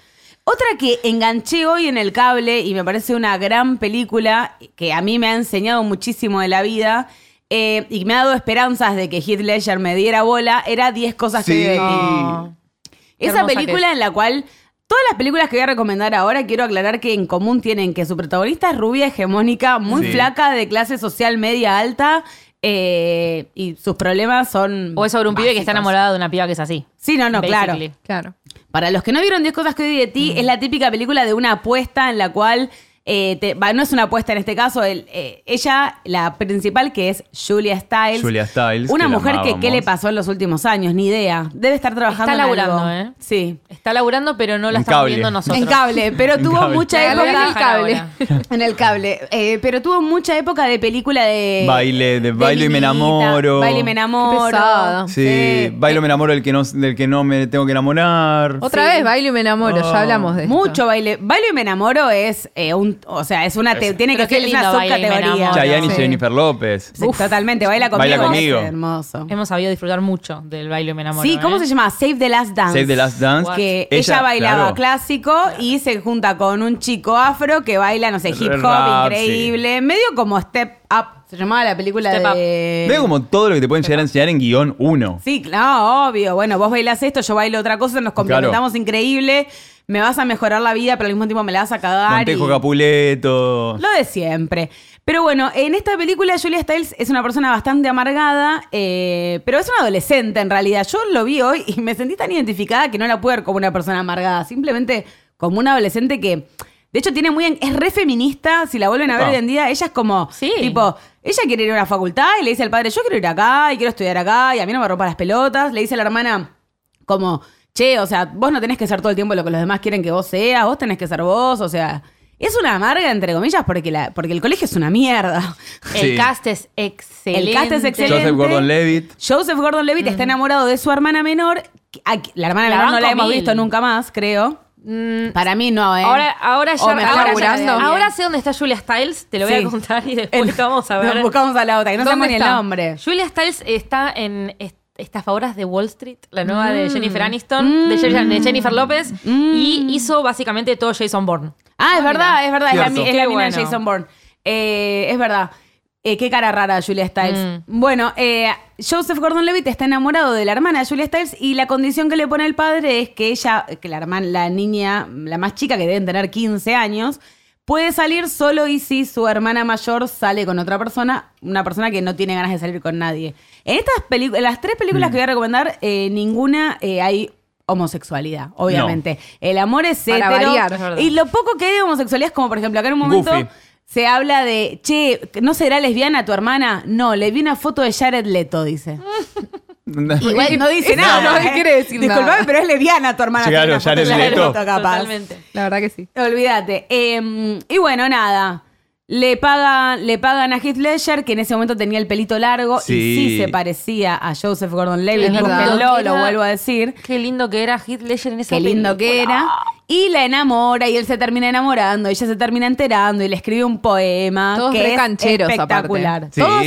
Otra que enganché hoy en el cable y me parece una gran película que a mí me ha enseñado muchísimo de la vida eh, y me ha dado esperanzas de que Heath Ledger me diera bola era 10 cosas que
Sí.
vi de ti.
No. Qué
Esa
hermosa que
película
es.
en la cual todas las películas que voy a recomendar ahora quiero aclarar que en común tienen que su protagonista es rubia hegemónica, muy
Sí.
flaca, de clase social media alta eh, y sus problemas son...
O es sobre un pibe que está
básicos.
enamorado de una piba que es así.
Sí, no, no, claro.
Basically. Mm.
Claro.
Para los que no vieron 10 cosas que oí de ti, es la típica película de una apuesta en la cual eh, te- va, no es una apuesta en este caso, el- eh, ella, la principal que es Julia Stiles.
Julia Stiles,
Una
que la
mujer que
amábamos.
qué le pasó en los últimos años, ni idea. Debe estar trabajando.
Está
en algo.
laburando, ¿eh?
Sí.
Está laburando, pero no
En
la estamos
cable.
viendo nosotros.
En cable, pero
En
tuvo
cable.
mucha
Te la voy a
época.
dejar cable.
ahora.
En el cable. Eh, pero tuvo mucha época de película de.
Baile, de Bailo y me
minita,
enamoro.
Baile y me enamoro.
Qué pesada.
Sí, bailo me enamoro del que, no, del que no me tengo que enamorar.
Otra vez bailo y me enamoro,
Oh.
ya hablamos de esto.
Mucho baile. Baile y me enamoro es eh, un. O sea, es una. te- tiene que
Pero qué
ser es una
lindo Baile y me
subcategoría.
enamoro.
Chayanne y
Sí.
Jennifer López.
Sí, Totalmente. Baila conmigo.
Baila
es
conmigo.
Hermoso.
Hemos sabido disfrutar mucho del baile Me Enamoro.
Sí, ¿cómo
¿eh?
se llama? Save the Last Dance.
Save the Last Dance.
What?
Que
Ella,
ella, bailaba
claro.
clásico y se junta con un chico afro que baila, no sé, hip hop
Rap,
increíble. Medio como Step Up. Se llamaba la película
Step
de.
Veo como todo lo que te pueden llegar a enseñar en guión 1.
Sí, no, obvio. Bueno, vos bailás esto, yo bailo otra cosa, nos complementamos increíble. Me vas a mejorar la vida, pero al mismo tiempo me la vas a cagar.
Montejo
y-
Capuleto.
Lo de siempre. Pero bueno, en esta película Julia Stiles es una persona bastante amargada, eh, pero es una adolescente en realidad. Yo lo vi hoy y me sentí tan identificada que no la pude ver como una persona amargada, simplemente como una adolescente que, de hecho, tiene muy en- es re feminista. Si la vuelven a ver
Epa.
hoy en día, ella es como,
Sí.
tipo, ella quiere ir a una facultad y le dice al padre, yo quiero ir acá y quiero estudiar acá y a mí no me rompa las pelotas. Le dice a la hermana, como, che, o sea, vos no tenés que ser todo el tiempo lo que los demás quieren que vos seas, vos tenés que ser vos, o sea, es una amarga, entre comillas, porque, la, porque el colegio es una mierda.
El
Sí.
cast es excelente.
El cast es excelente.
Joseph Gordon Levitt.
Joseph Gordon Levitt está enamorado de su hermana menor. que- a- que- La hermana
Mm. La
menor no
banco
la hemos
mil.
visto nunca más, creo.
Mm,
Para mí no, ¿eh?
Ahora, ahora, ya,
O mejor
ahora, ya-
laburando.
ahora sé dónde está Julia Stiles, te lo voy
Sí.
a contar y después te vamos a ver.
Nos buscamos a la otra, que no
¿Dónde
sabemos ni el
está?
nombre.
Julia Stiles está en est- Estafadoras de Wall Street, la nueva de
Mm.
Jennifer Aniston, de, Jennifer, de Jennifer López, y hizo básicamente todo Jason Bourne.
Ah, es verdad, es verdad, es la,
Cierto.
mi- es la
Qué
mina de
bueno.
Jason Bourne. Eh, es verdad. Eh, qué cara rara Julia Stiles. Bueno, eh, Joseph Gordon-Levitt está enamorado de la hermana de Julia Stiles y la condición que le pone el padre es que ella, que la hermana, la niña, la más chica que deben tener 15 años, puede salir solo y si su hermana mayor sale con otra persona, una persona que no tiene ganas de salir con nadie. En estas películas, las tres películas que voy a recomendar, eh, ninguna eh, hay homosexualidad, obviamente. El amor es
Para
hetero,
variar.
Es verdad.
y lo poco que hay de homosexualidad es como, por ejemplo, acá en un momento
Goofy.
se habla de, che, ¿no será lesbiana tu hermana? No, le vi una foto de Jared Leto, dice. Igual no dice
Eso
nada.
no
¿eh?
quiere decir nada.
Disculpame, pero es lesbiana tu hermana.
Sí, claro,
tiene una foto de
Jared Leto.
capaz.
Totalmente.
La verdad que sí.
Olvídate. Eh, y bueno, nada. Le pagan, le pagan a Heath Ledger, que en ese momento tenía el pelito largo y
Sí.
sí se parecía a Joseph Gordon-Levitt.
Es verdad.
Búsquenlo,
Era-
lo vuelvo a decir.
Qué lindo que era Heath Ledger en esa
Qué lindo que
película.
era. Y la enamora y él se termina enamorando, ella se termina enterando y le escribe un poema.
Todos
que
re
es
cancheros,
espectacular.
aparte. Sí.
Todos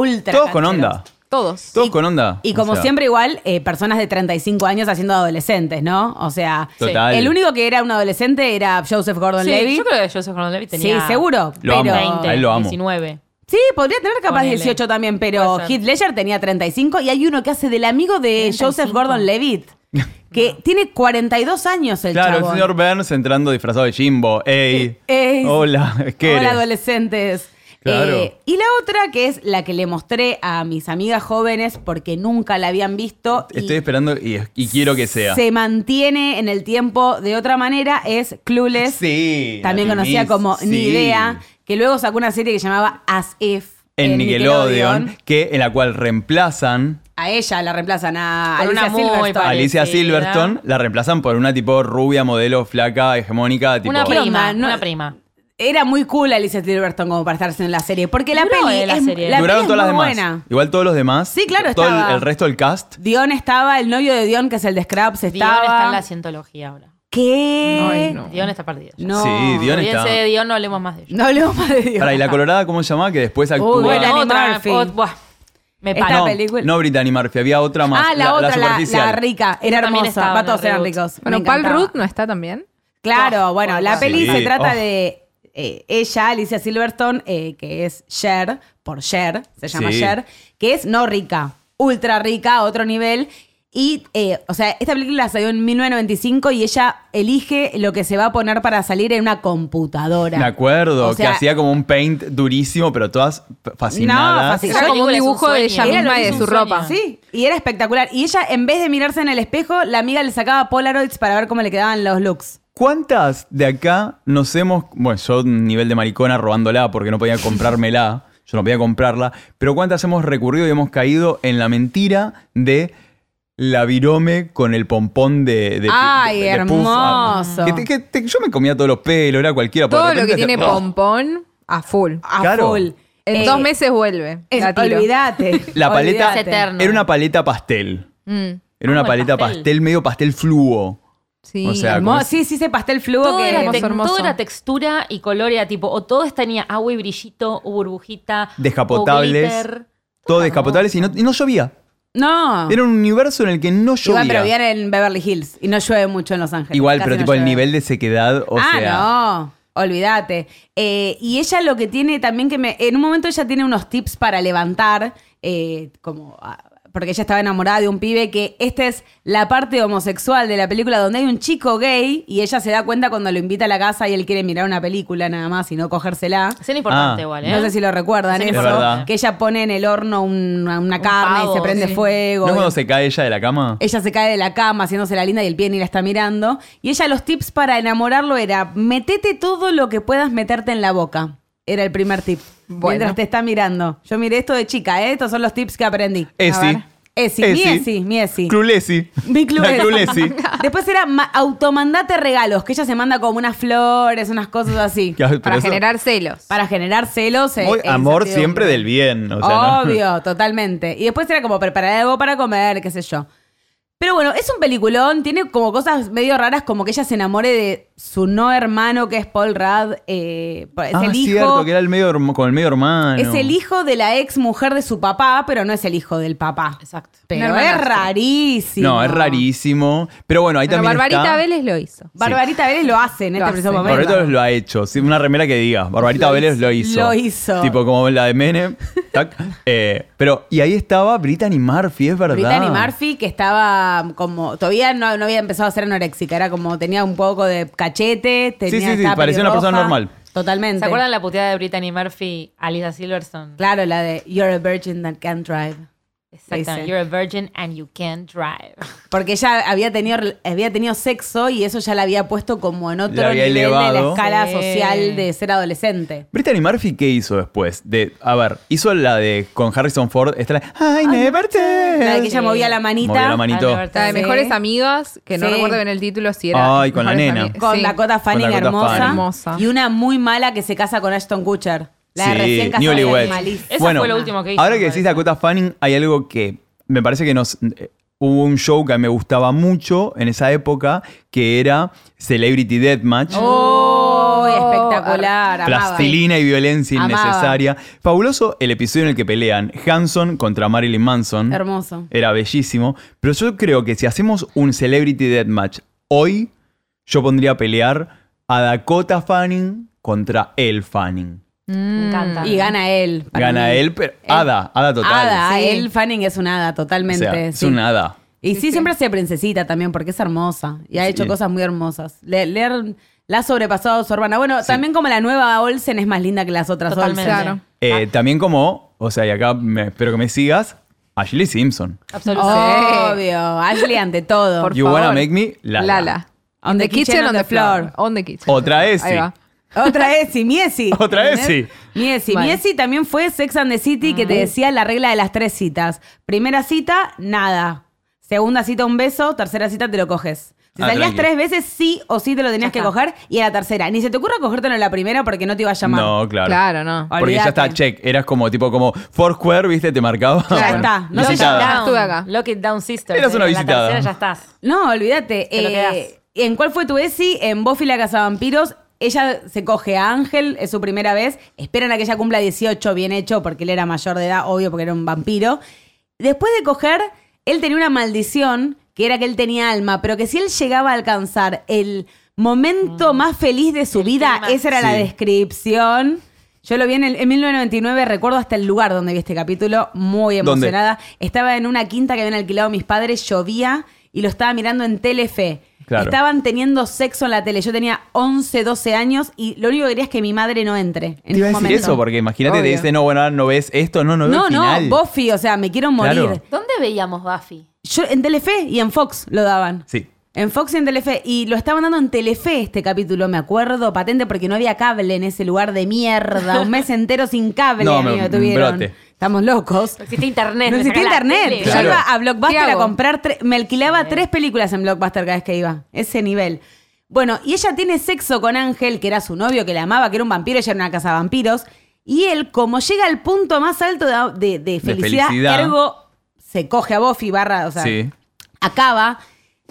ultra.
Todos con
cancheros.
onda.
Todos.
Todos con onda.
Y
O
como
sea,
siempre, igual, eh, personas de 35 años haciendo adolescentes, ¿no? O sea,
Total.
el único que era un adolescente era Joseph Gordon
Sí,
Levy.
yo creo que Joseph Gordon-Levitt
Sí,
tenía
seguro.
Lo amo.
pero...
20,
A él lo amo.
19.
Sí, podría tener capaz
Ponele.
18 también, pero
Puede ser.
Heath Ledger tenía 35 y hay uno que hace del amigo de
35.
Joseph Gordon Levitt, que tiene 42 años el
Claro,
chabón.
el señor Burns entrando disfrazado de Jimbo. Ey.
Ey.
Hola, ¿qué
Hola,
eres?
adolescentes. Eh,
Claro.
y la otra, que es la que le mostré a mis amigas jóvenes porque nunca la habían visto. y
Estoy esperando y, y quiero que sea.
Se mantiene en el tiempo de otra manera, es Clueless.
Sí.
También
la
conocida
Miss,
como Ni
sí.
Idea, que luego sacó una serie que llamaba As If.
En Nickelodeon,
Nickelodeon.
que en la cual reemplazan
A ella la reemplazan a
Por una
Alicia
muy
Silverstone.
parecida.
Alicia
Parecida.
Silverstone, la reemplazan por una tipo rubia, modelo, flaca, hegemónica, tipo.
Una
¿Qué
prima,
onda? No-
una prima.
Era muy cool Alicia Silverstone como para estarse en la serie, porque la
Duró,
peli
eh, la
es,
serie.
la
Duraron
peli es
todas las
muy
demás.
buena.
Igual todos los demás.
Sí, claro,
Todo el,
estaba.
el resto del cast.
Dion estaba, el novio de Dion, que es el de Scraps,
Dion
estaba.
está en la cientología ahora.
¿Qué?
Ay, no.
Dion está perdido. ya.
No.
Sí, Dion está.
Olvídense de Dion, no hablemos más de ella.
No hablemos más de Dion.
Pará, ¿y la colorada cómo se llamaba? Que después actúa.
bueno, Brittany
otra,
Murphy.
ot- buah, me
Esta
paro.
no,
película.
no Brittany Murphy, había otra más.
Ah, la, otra, la,
superficial.
la rica. Era
También
hermosa.
estaba
Va,
en
todos
el
eran
reboot.
ricos.
Bueno,
Me
Paul
encantaba.
Ruth no está también.
Claro,
Oh,
bueno,
oh,
la
sí.
peli se
Oh.
trata de eh, ella, Alicia Silverstone, eh, que es Cher, por Cher, se llama
Sí.
Cher, que es no rica, ultra rica, otro nivel. Y, eh, o sea, esta película la salió en 1995 y ella elige lo que se va a poner para salir en una computadora.
Me acuerdo,
O sea,
que hacía como un paint durísimo, pero todas f-
No,
fascinadas.
fascin-
Era como un
película es un
dibujo de
sueño.
ella
Era
lo
misma
que
y de
es
su
un
ropa.
sueño.
Sí, y era espectacular. Y ella, en vez de mirarse en el espejo, la amiga le sacaba Polaroids para ver cómo le quedaban los looks.
¿Cuántas de acá nos hemos. Bueno, yo un nivel de maricona robándola porque no podía comprármela. yo no podía comprarla. Pero cuántas hemos recurrido y hemos caído en la mentira de. La virome con el pompón de. de
Ay,
de- de- de pus.
hermoso.
Que te- que te- yo me comía todos los pelos, era cualquiera. pero de
Todo lo que
repente-
tiene
¡Ah!
pompón a full.
A
Claro.
full.
En
Eh,
dos meses vuelve.
es-
la tiro.
olvídate.
La paleta.
olvídate.
Es eterno.
Era una paleta pastel.
Mm,
Era
Amo
una
el
paleta
pastel.
pastel. medio pastel fluo.
sí.
O sea,
Hermoso. Sí, sí, ese pastel fluo
Todo
que
era,
hermoso,
tec-
hermoso.
todo era textura y color, era tipo, o todos tenía agua y brillito, o burbujita,
Descapotables.
o glitter.
Todo descapotable y no, y no llovía.
No.
Era un universo en el que no llovía.
Igual, pero vivían en Beverly Hills y no llueve mucho en Los Ángeles.
Igual,
Casi
pero
no
tipo el
llueve.
nivel de sequedad, o
ah,
sea.
no, olvídate. Eh, y ella lo que tiene también que me. En un momento ella tiene unos tips para levantar, eh, como. ah, Porque ella estaba enamorada de un pibe que esta es la parte homosexual de la película donde hay un chico gay y ella se da cuenta cuando lo invita a la casa y él quiere mirar una película nada más y no cogérsela.
Escena importante
Ah.
igual, ¿eh?
No sé si lo recuerdan
Sí,
eso,
es verdad.
que ella pone en el horno una, una carne
pavo,
y se prende
sí.
fuego.
¿No es
Y-
cuando se cae ella de la cama?
ella se cae de la cama haciéndose la linda y el pie ni la está mirando. Y ella los tips para enamorarlo era, metete todo lo que puedas meterte en la boca. Era el primer tip.
Bueno.
Mientras te está mirando. Yo miré esto de chica, ¿eh? Estos son los tips que aprendí.
Esi.
Esi, mi Esi, mi Esi.
Clulesi.
Mi club
La
es-
Clulesi.
Después era ma- automandate regalos, que ella se manda como unas flores, unas cosas así.
Ya, pero
para
eso-
generar celos.
Para generar celos. e-
Muy
e
amor
incertidumbre.
siempre del bien. O sea, ¿no?
Obvio, totalmente. Y después era como preparar algo para comer, qué sé yo. Pero bueno, es un peliculón, tiene como cosas medio raras, como que ella se enamore de su no hermano, que es Paul Rudd. eh, es
Ah,
el hijo.
cierto, que era el medio, herma- con el medio hermano.
Es el hijo de la ex mujer de su papá, pero no es el hijo del papá.
Exacto.
Pero
Un
es
hermanastro.
rarísimo.
No, es rarísimo. Pero bueno, ahí
Bueno,
también
Barbarita
está...
Vélez lo hizo.
Barbarita Vélez lo hace en
Lo
este
hace.
preciso momento.
Barbarita Vélez lo ha hecho. sí, una remera que diga. Barbarita
Lo
Vélez
hizo.
lo hizo.
Lo hizo.
Tipo como la de Menem. tac. Eh, pero, y ahí estaba Brittany Murphy, es verdad.
Brittany Murphy, que estaba como. Todavía no, no había empezado a ser anoréxica, era como. Tenía un poco de cachete, tenía.
sí, sí,
estaba
parecía una persona
pelirroja.
normal.
Totalmente.
¿Se acuerdan la puteada de Brittany Murphy, Alisa Silverstone?
Claro, la de You're a virgin that can't drive.
Exactamente.
Dice.
You're a virgin and you can't drive.
Porque ella había tenido, había tenido sexo y eso ya la había puesto como en otro
La había
nivel de la
elevado.
escala
Sí.
social de ser adolescente.
Brittany Murphy, ¿qué hizo después? De, a ver, hizo la de con Harrison Ford, está la I never tell.
La de que ella
Sí.
movía la manita.
Movía la manito.
Ah,
La de
Sí.
mejores amigas, que no
Sí.
recuerdo bien el título si era.
Ay, con la
Mejores
nena.
Ami-
Con
Sí.
Dakota Fanning,
Dakota
hermosa,
Fanning.
Hermosa.
Y una muy mala que se casa con Ashton Kutcher. La de
Sí,
recién casada que es
Newlyweds.
malísima.
Esa fue lo último que hizo,
Ahora
me
que decís
parece.
Dakota Fanning, hay algo que me parece que nos. eh, Hubo un show que me gustaba mucho en esa época que era Celebrity Deathmatch.
¡Oh! Espectacular. amaba.
Plastilina y violencia
Amaba.
innecesaria. Fabuloso el episodio en el que pelean Hanson contra Marilyn Manson.
Hermoso.
Era bellísimo. Pero yo creo que si hacemos un Celebrity Deathmatch hoy, yo pondría a pelear a Dakota Fanning contra El Fanning.
Me encanta.
Mm. Y gana él. para
Gana
mí.
él, pero Ada, Ada total.
Hada,
Sí.
él Fanning es una hada,
O
totalmente.
sea, es
sí.
un Ada.
Y sí,
Sí, sí.
siempre hace princesita también, porque es hermosa. Y ha
Sí.
hecho cosas muy hermosas. Le- leer la ha sobrepasado su hermana. Bueno, también como la nueva Olsen es más linda que las otras
Totalmente.
Olsen.
Claro.
Eh,
Ah.
También como, o sea, y acá me- espero que me sigas, Ashley Simpson.
Absolutamente.
Obvio. Ashley ante todo.
Por
You
favor.
wanna make me Lala.
On the kitchen, on the floor.
On the kitchen.
Otra Esi.
Ahí va.
Otra Esi, Miesi.
Otra Esi.
Miesi.
Vale.
Miesi también fue Sex and the City, que te decía la regla de las tres citas. Primera cita, nada. Segunda cita, un beso. Tercera cita, te lo coges. Si
Ah,
salías
tranqui.
tres veces, sí o sí te lo tenías
Ya
que
está.
coger. Y a la tercera. Ni se te ocurra cogértelo en la primera porque no te iba a llamar.
No, claro.
Claro, no.
Porque ya
Olvídate.
está, check. Eras como tipo como Foursquare, viste, te marcaba.
Ya está. No
Lock
se
it
Visitada.
llama.
down.
Estuve acá.
Lock it down, sister.
Eras una
En
visitada.
La tercera ya estás.
No, olvídate. eh,
Te lo quedás.
¿En cuál fue tu Esi? En Buffy la Cazavampiros. Ella se coge a Ángel, es su primera vez. Esperan a que ella cumpla 18, bien hecho, porque él era mayor de edad, obvio, porque era un vampiro. Después de coger, él tenía una maldición, que era que él tenía alma, pero que si él llegaba a alcanzar el momento más feliz de su vida,
Mm. clímax.
esa era la
Sí.
descripción. Yo lo vi en, el- en 1999, recuerdo hasta el lugar donde vi este capítulo, muy
¿Dónde?
emocionada nada. Estaba en una quinta que habían alquilado mis padres, llovía y lo estaba mirando en Telefe.
Claro.
Estaban teniendo sexo en la tele. Yo tenía 11, 12 años y lo único que quería es que mi madre no entre. En
Te iba a
un
decir
momento.
eso, porque imagínate, te
Obvio.
dice, no, bueno, ahora no ves esto, no, no ves
No,
el
no,
final.
Buffy, o sea, me quiero morir.
Claro.
¿Dónde veíamos Buffy?
Yo en Telefe y en Fox lo daban.
Sí.
En Fox y en Telefe. Y lo estaban dando en Telefe este capítulo, me acuerdo, patente, porque no había cable en ese lugar de mierda. Un mes entero sin cable,
No,
amigo,
me-
tuvieron.
brote.
Estamos locos.
No existe internet.
No
me
existía
saca la
internet.
tele.
Yo
Claro.
iba a Blockbuster
¿Qué
a
hago?
comprar, tre- me alquilaba tres películas en Blockbuster cada vez que iba. Ese nivel. Bueno, y ella tiene sexo con Ángel, que era su novio, que la amaba, que era un vampiro, ella era una casa de vampiros. Y él, como llega al punto más alto de, de- de felicidad,
felicidad.
ergo, se coge a Buffy, barra, o sea,
Sí.
acaba,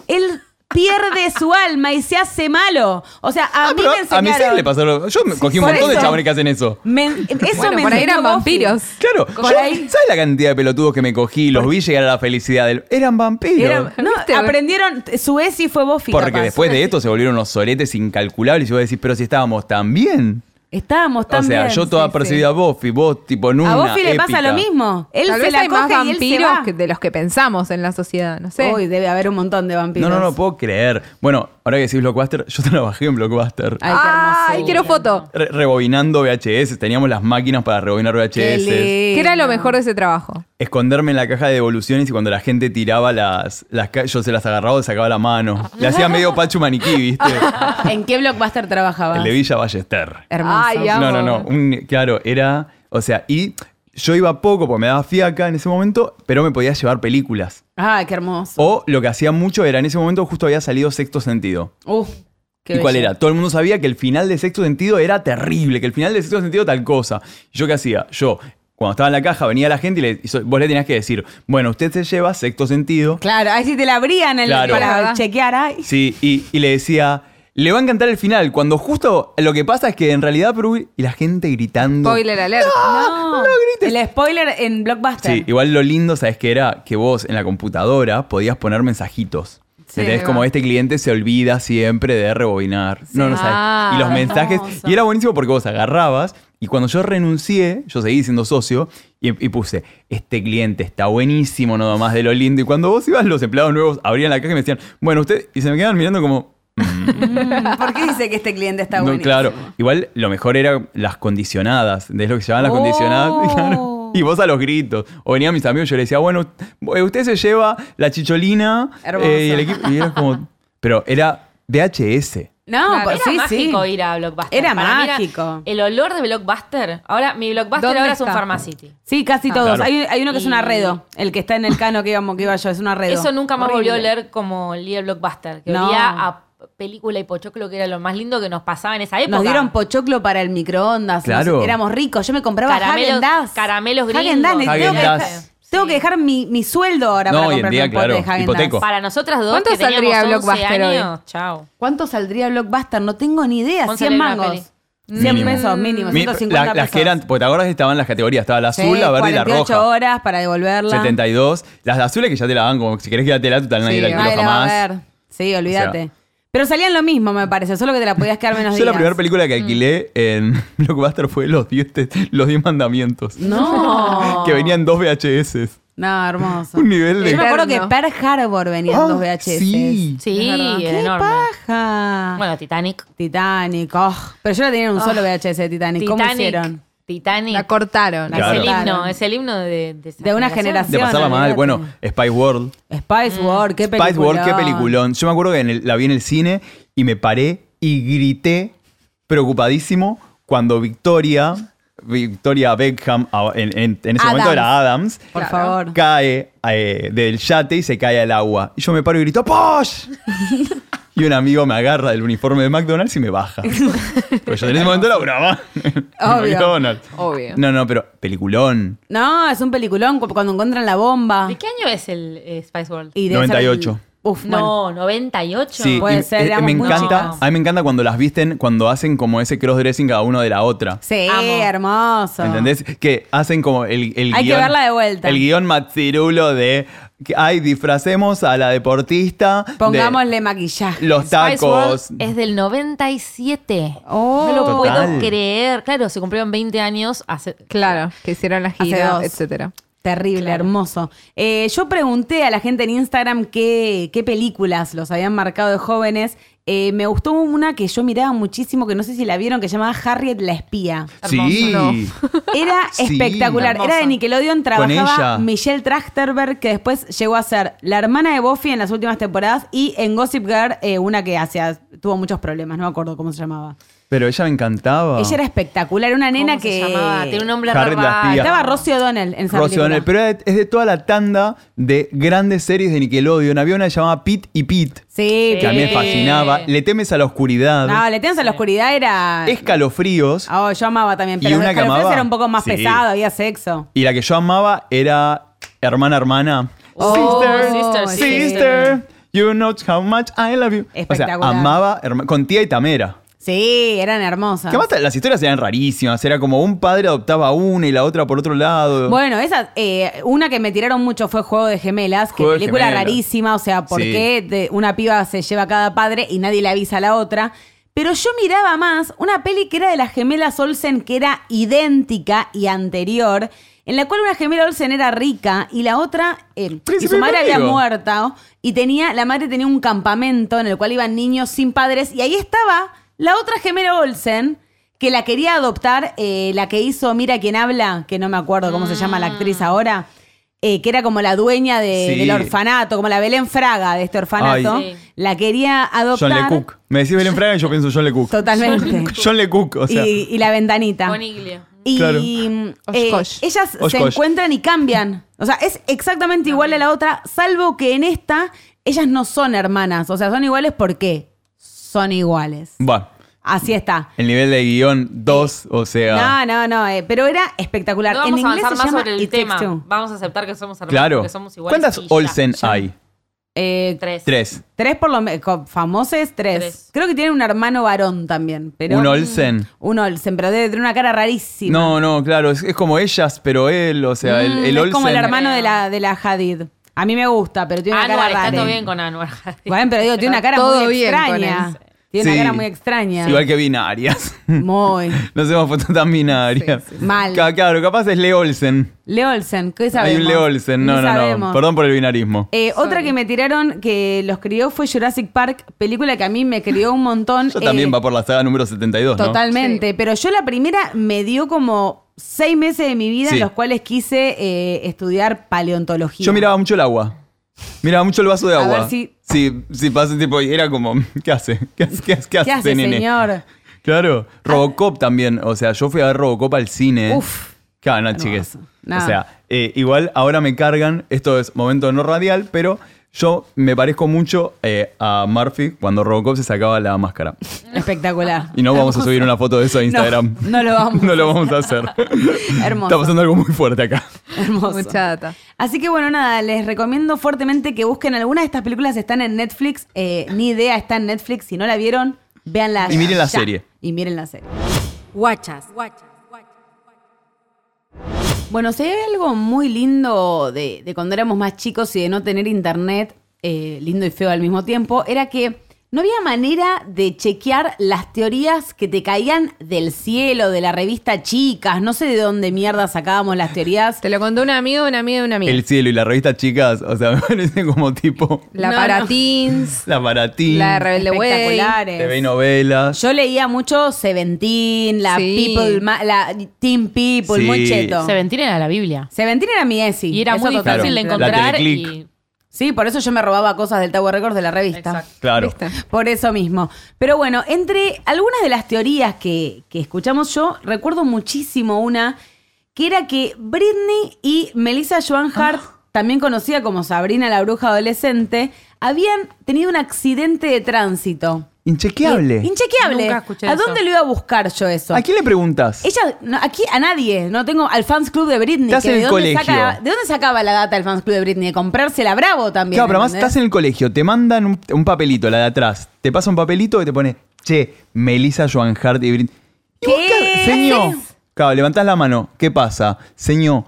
él pierde su alma y se hace malo. O sea, a
Ah,
mí
pero
me
a mi
enseñaron-
serie le pasó lo- Yo me cogí un
por
montón de
eso.
chabones que hacen eso.
Me- eso
Bueno,
me
por
enseñó
ahí eran
Buffy.
vampiros.
Claro,
Por
yo-
ahí.
¿sabes la cantidad de pelotudos que me cogí? Los vi llegar a la felicidad. del- Eran vampiros.
Era- no,
¿Viste?
aprendieron, su ESI fue Buffy.
Porque
capaz.
después de esto se volvieron unos soletes incalculables. Y vos decís, pero si estábamos tan bien.
Estábamos tan
o sea,
bien,
yo toda
sí,
percibida a Buffy, vos tipo en
sí.
una
A Buffy le pasa
épica.
lo mismo. Él
Tal
se
vez
la
hay más
coge y él se
vampiros
va.
que- de los que pensamos en la sociedad, no sé.
Uy, debe haber un montón de
No,
vampiros.
no, no puedo creer. Bueno, ahora que decís Blockbuster, yo trabajé en Blockbuster.
Ay, qué hermosura.
Ay, quiero foto.
Re- rebobinando VHS, teníamos las máquinas para rebobinar VHS.
¿Qué era lo mejor de ese trabajo?
esconderme en la caja de devoluciones y cuando la gente tiraba las, las ca- yo se las agarraba y sacaba la mano. Le hacía medio pachu maniquí, ¿viste?
¿En qué blockbuster trabajabas?
El de Villa Ballester.
Hermoso.
Ay, ya.
No,
Amo.
no, no. un- claro, era. O sea, y yo iba poco porque me daba fiaca en ese momento, pero me podía llevar películas.
Ay, qué hermoso.
O lo que hacía mucho era en ese momento justo había salido Sexto Sentido.
Uf, qué
¿Y cuál
bello.
era? Todo el mundo sabía que el final de Sexto Sentido era terrible, que el final de Sexto Sentido tal cosa. ¿Y ¿Yo qué hacía? Yo, cuando estaba en la caja, venía la gente y, le, y so- vos le tenías que decir, bueno, usted se lleva Sexto Sentido.
Claro, ahí sí te la abrían el,
Claro.
para
Parada.
chequear. Ay,
Sí, y, y le decía, le va a encantar el final, cuando justo lo que pasa es que en realidad Perú y la gente gritando.
Spoiler alert.
no. El spoiler en blockbuster.
Sí, igual lo lindo, ¿sabes qué era? Que vos en la computadora podías poner mensajitos.
Sí,
Entonces,
va.
como este cliente se olvida siempre de rebobinar. No, no sabes.
Ah,
y los
qué
mensajes.
hermoso.
Y era buenísimo porque vos agarrabas. Y cuando yo renuncié, yo seguí siendo socio y, y puse, este cliente está buenísimo, nada más de lo lindo. Y cuando vos ibas, los empleados nuevos abrían la caja y me decían, bueno, usted, y se me quedaban mirando como,
Mm, ¿Por qué dice que este cliente está
no,
bueno?
claro. Igual lo mejor eran las condicionadas. Es lo que se llamaban las
Oh.
condicionadas. claro. Y vos a los gritos. O venían mis amigos y yo les decía, bueno, eh, usted se lleva la chicholina
Hermoso.
eh, y el equipo. Y era como. Pero era VHS.
No,
Claro.
por-
Era
sí,
era mágico
sí.
ir a Blockbuster.
Era
Para mí
mágico.
el olor de Blockbuster. Ahora, mi Blockbuster
¿Dónde
ahora es un
está?
Pharmacity.
Sí, casi todos.
Claro.
Hay, hay uno que es un
Y-
arredo. El que está en el cano que íbamos que iba yo, es un arredo.
Eso nunca más volvió a
Horrible.
oler como olía el Blockbuster. Que
No.
olía a película y pochoclo, que era lo más lindo que nos pasaba en esa época.
Nos dieron pochoclo para el microondas.
Claro.
nos- éramos ricos. Yo me compraba
Caramelos-
Hagen Dazs.
caramelos gringos.
tengo, que
Häagen-Dazs.
dejar, tengo que dejar mi, mi sueldo ahora
No,
para
hoy en
comprarme
día,
un pote
claro,
de Häagen-Dazs.
hipoteco.
Para nosotras dos,
¿Cuánto
que teníamos
saldría
11
Blockbuster hoy?
años, Chao.
¿Cuánto saldría Blockbuster? No tengo ni idea.
¿Cuánto
100
saldría una
mangos.
peli?
100
Mínimo.
pesos mínimo,
Mi-
150
la-
pesos.
las que eran, porque te acordás que estaban las categorías, estaba la azul,
Sí,
la verde y la
48
roja.
horas para devolverla.
72. Las azules que ya te la dan, como si querés quedártela, total nadie
Sí,
la
Nadie
alquiló
la va a
jamás.
ver. Sí, olvídate.
O sea-
Pero salían lo mismo, me parece. Solo que te la podías quedar menos
Yo la
días. Mm.
primera película que alquilé en Blockbuster fue Los 10 los diez Mandamientos.
No.
Que venían dos VHS.
No, hermoso.
Un nivel de-
Yo me acuerdo que
Eterno.
Pearl Harbor venía en dos VHS.
Ah, Sí.
Sí,
Es verdad.
era
Ah, ¡Qué
enorme.
paja!
Bueno, Titanic.
Titanic, oh. Pero yo la tenía en un solo VHS de Titanic. ¿Cómo
Titanic.
hicieron?
Titanic.
La cortaron.
La
Claro.
Es el
cortaron.
himno, es el himno de, esa
De una generación.
De pasarla mal.
olvídate.
Bueno, Spice World.
Mm.
Spice World, qué película.
Spice World, qué peliculón. Yo me acuerdo que en el- la vi en el cine y me paré y grité preocupadísimo cuando Victoria, Victoria Beckham, a- en, en- en ese momento
Adams.
era Adams,
Por
Claro.
favor.
cae eh, del yate y se cae al agua. Y yo me paro y grito, ¡Posh! y un amigo me agarra del uniforme de McDonald's y me baja. Porque yo en ese momento laburaba. en
Obvio.
McDonald's.
Obvio.
No, no, pero peliculón.
No, es un peliculón cu- cuando encuentran la bomba.
¿De qué año es el eh, Spice World?
Y debe ser
98.
el- Uf, bueno. Pues,
no, 98.
Sí,
Puede
y-
ser,
eh,
éramos
me
muy
encanta,
chicos.
a mí me encanta cuando las visten, cuando hacen como ese crossdressing cada uno de la otra.
Sí,
Amo.
hermoso.
¿Entendés? Que hacen como el, el
Hay que
guión-
verla de vuelta.
El guión mazirulo de, que, ay, disfracemos a la deportista. de
Pongámosle maquillaje.
los
Spice
tacos.
World es del 97.
Oh.
no lo
Total.
puedo creer. Claro, se cumplieron 20 años hace.
Claro, que hicieron la
Hace
gira,
dos.
etcétera.
Terrible, hermoso. Eh, yo pregunté a la gente en Instagram qué, qué películas los habían marcado de jóvenes. Eh, me gustó una que yo miraba muchísimo, que no sé si la vieron, que se llamaba Harriet la espía.
Sí.
Era
Sí.
espectacular.
Hermosa.
Era de Nickelodeon,
ella.
trabajaba Michelle Trachterberg, que después llegó a ser la hermana de Buffy en las últimas temporadas y en Gossip Girl, eh, una que hacía, tuvo muchos problemas, no me acuerdo cómo se llamaba.
Pero ella me encantaba.
Ella era espectacular, una nena
¿Cómo se
que.
llamaba? Tiene un nombre
Harriet la
raro.
espía.
Estaba Rosie O'Donnell en esa
Rosie O'Donnell,
película.
pero era de- es de toda la tanda de grandes series de Nickelodeon. Había una llamada Pete y Pete,
Sí,
que a mí me
Sí.
fascinaba. Le temes a la oscuridad.
No, le tenías a la oscuridad era.
Escalofríos.
Oh, yo amaba también,
Y
pero
una que
Escalofríos
amaba-
era un poco más
Sí.
pesado, había sexo.
Y la que yo amaba era Hermana Hermana.
Oh,
sister,
sí.
Sister, you know how much I love you. O sea,
Espectacular.
amaba herma- con tía y Tamera.
Sí, eran hermosas.
Que además las historias eran rarísimas. Era como un padre adoptaba a una y la otra por otro lado.
Bueno, esa, eh, una que me tiraron mucho fue Juego de Gemelas,
Juego de
que película
Gemelas.
rarísima, o sea, ¿por
Sí.
qué de- una piba se lleva a cada padre y nadie le avisa a la otra? Pero yo miraba más una peli que era de las gemelas Olsen, que era idéntica y anterior, en la cual una gemela Olsen era rica y la otra, eh, y
Príncipe
su madre había
Rodrigo.
muerto, ¿o? y tenía, la madre tenía un campamento en el cual iban niños sin padres, y ahí estaba la otra gemela Olsen, que la quería adoptar, eh, la que hizo Mira quién habla, que no me acuerdo cómo se llama la actriz ahora, eh, que era como la dueña de-
Sí.
del orfanato, como la Belén Fraga de este orfanato,
Ay.
Sí.
la quería
John
adoptar.
LeCook. Me decís Belén Fraga y yo pienso John LeCook.
Totalmente.
John LeCook, o sea.
y, y la ventanita.
Coniglio.
Y
Claro.
mm, eh,
Oshkosh.
ellas se
Oshkosh.
encuentran y cambian. O sea, es exactamente igual a la otra, salvo que en esta ellas no son hermanas. O sea, son iguales porque son iguales.
Bueno,
Así está.
el nivel de guión 2, o sea.
No, no, no, eh, pero era espectacular.
No vamos
en
a
inglés
avanzar
se
más
llama
sobre el
It Takes
tema.
Two.
Vamos a aceptar que somos hermanos,
claro.
que somos iguales.
¿Cuántas
y ya.
Olsen hay?
Eh,
Tres.
Tres.
Tres por lo menos, famosos tres.
Tres.
Creo que tiene un hermano varón también. Pero, mm,
Un Olsen.
Un Olsen, pero debe tener una cara rarísima.
No, no, claro, es, es como ellas, pero él, o sea, el, el
Mm,
Olsen.
es como el hermano de la, de la Hadid. A mí me gusta, pero tiene una
Anuar,
cara
Eh. Ah, está
rara.
todo bien con Anuar.
Bueno, pero digo, tiene una cara
Todo
muy
bien con
extraña.
él.
Tiene
Sí.
una cara muy extraña.
Igual que binarias.
Muy.
No hacemos fotos tan binarias.
Sí, sí. Mal.
Ca- Claro, capaz es Le Olsen.
Leo Olsen, ¿qué sabemos?
Hay un Le Olsen. No,
Ni
no, no.
sabemos.
Perdón por el binarismo.
Eh, otra que me tiraron que los crió fue Jurassic Park, película que a mí me crió un montón.
Yo también
Eh,
va por la saga número 72, ¿no?
Totalmente, pero yo la primera me dio como seis meses de mi vida
Sí.
en los cuales quise eh, estudiar paleontología.
Yo miraba mucho el agua. Miraba mucho el vaso de
A
agua.
ver si-
Sí, sí, pasa tipo, y era como, ¿qué hace? ¿Qué hace, qué hace, qué
¿Qué
hace,
hace,
nene?
señor?
Claro,
Ah.
Robocop también. O sea, yo fui a ver Robocop al cine.
Uf.
Claro, no,
Hermoso.
chiques.
Nada.
O sea, eh, igual ahora me cargan, esto es momento no radial, pero yo me parezco mucho eh, a Murphy cuando Robocop se sacaba la máscara.
Espectacular.
Y no vamos a subir una foto de eso a Instagram.
No, no lo vamos
No lo vamos a hacer.
Hermoso.
Está pasando algo muy fuerte acá.
Hermoso.
Mucha data.
Así que bueno, nada, les recomiendo fuertemente que busquen alguna de estas películas, están en Netflix, eh, ni idea está en Netflix, si no la vieron, véanla.
Y miren la
ya.
serie.
Y miren la serie.
Guachas.
Bueno, se ve algo muy lindo de, de cuando éramos más chicos y de no tener internet, eh, lindo y feo al mismo tiempo, era que no había manera de chequear las teorías que te caían del cielo, de la revista Chicas, no sé de dónde mierda sacábamos las teorías.
Te lo contó un amigo, un amigo, un amigo.
El cielo y la revista Chicas, o sea, me parece como tipo
la
No,
Paratins,
la Baratín,
la de Rebelde Way.
Espectaculares.
TV y novelas.
Yo leía mucho Seventeen, la
Sí.
People, ma- la Team People,
Sí.
muy cheto.
Se era la Biblia.
Seventeen era mi ESI.
Y era
eso
muy
totalmente.
difícil de
Claro. La
encontrar.
Teleclic.
Y,
Sí, por eso yo me robaba cosas del Tower Records de la revista.
Exacto.
Claro.
¿Viste?
Por eso mismo. Pero bueno, entre algunas de las teorías que, que escuchamos yo, recuerdo muchísimo una que era que Britney y Melissa Joan Hart,
Ah.
también conocida como Sabrina la Bruja Adolescente, habían tenido un accidente de tránsito.
Inchequeable.
Eh, Inchequeable.
Nunca escuché
¿A
eso.
dónde lo iba a buscar yo eso?
¿A quién le preguntas?
Ella, no, aquí a nadie, no tengo al fans club de Britney.
Estás
que
en
de
el
dónde
colegio.
saca- ¿De dónde sacaba la data el fans club de Britney? De comprársela bravo también.
Claro, pero además
¿entendés?
estás en el colegio, te mandan un, un papelito, la de atrás. Te pasa un papelito que te pone, che, Melissa Joan Hart y Britney. ¿Y vos
¿Qué?
Señor. Claro, levantás la mano. ¿Qué pasa? Señor.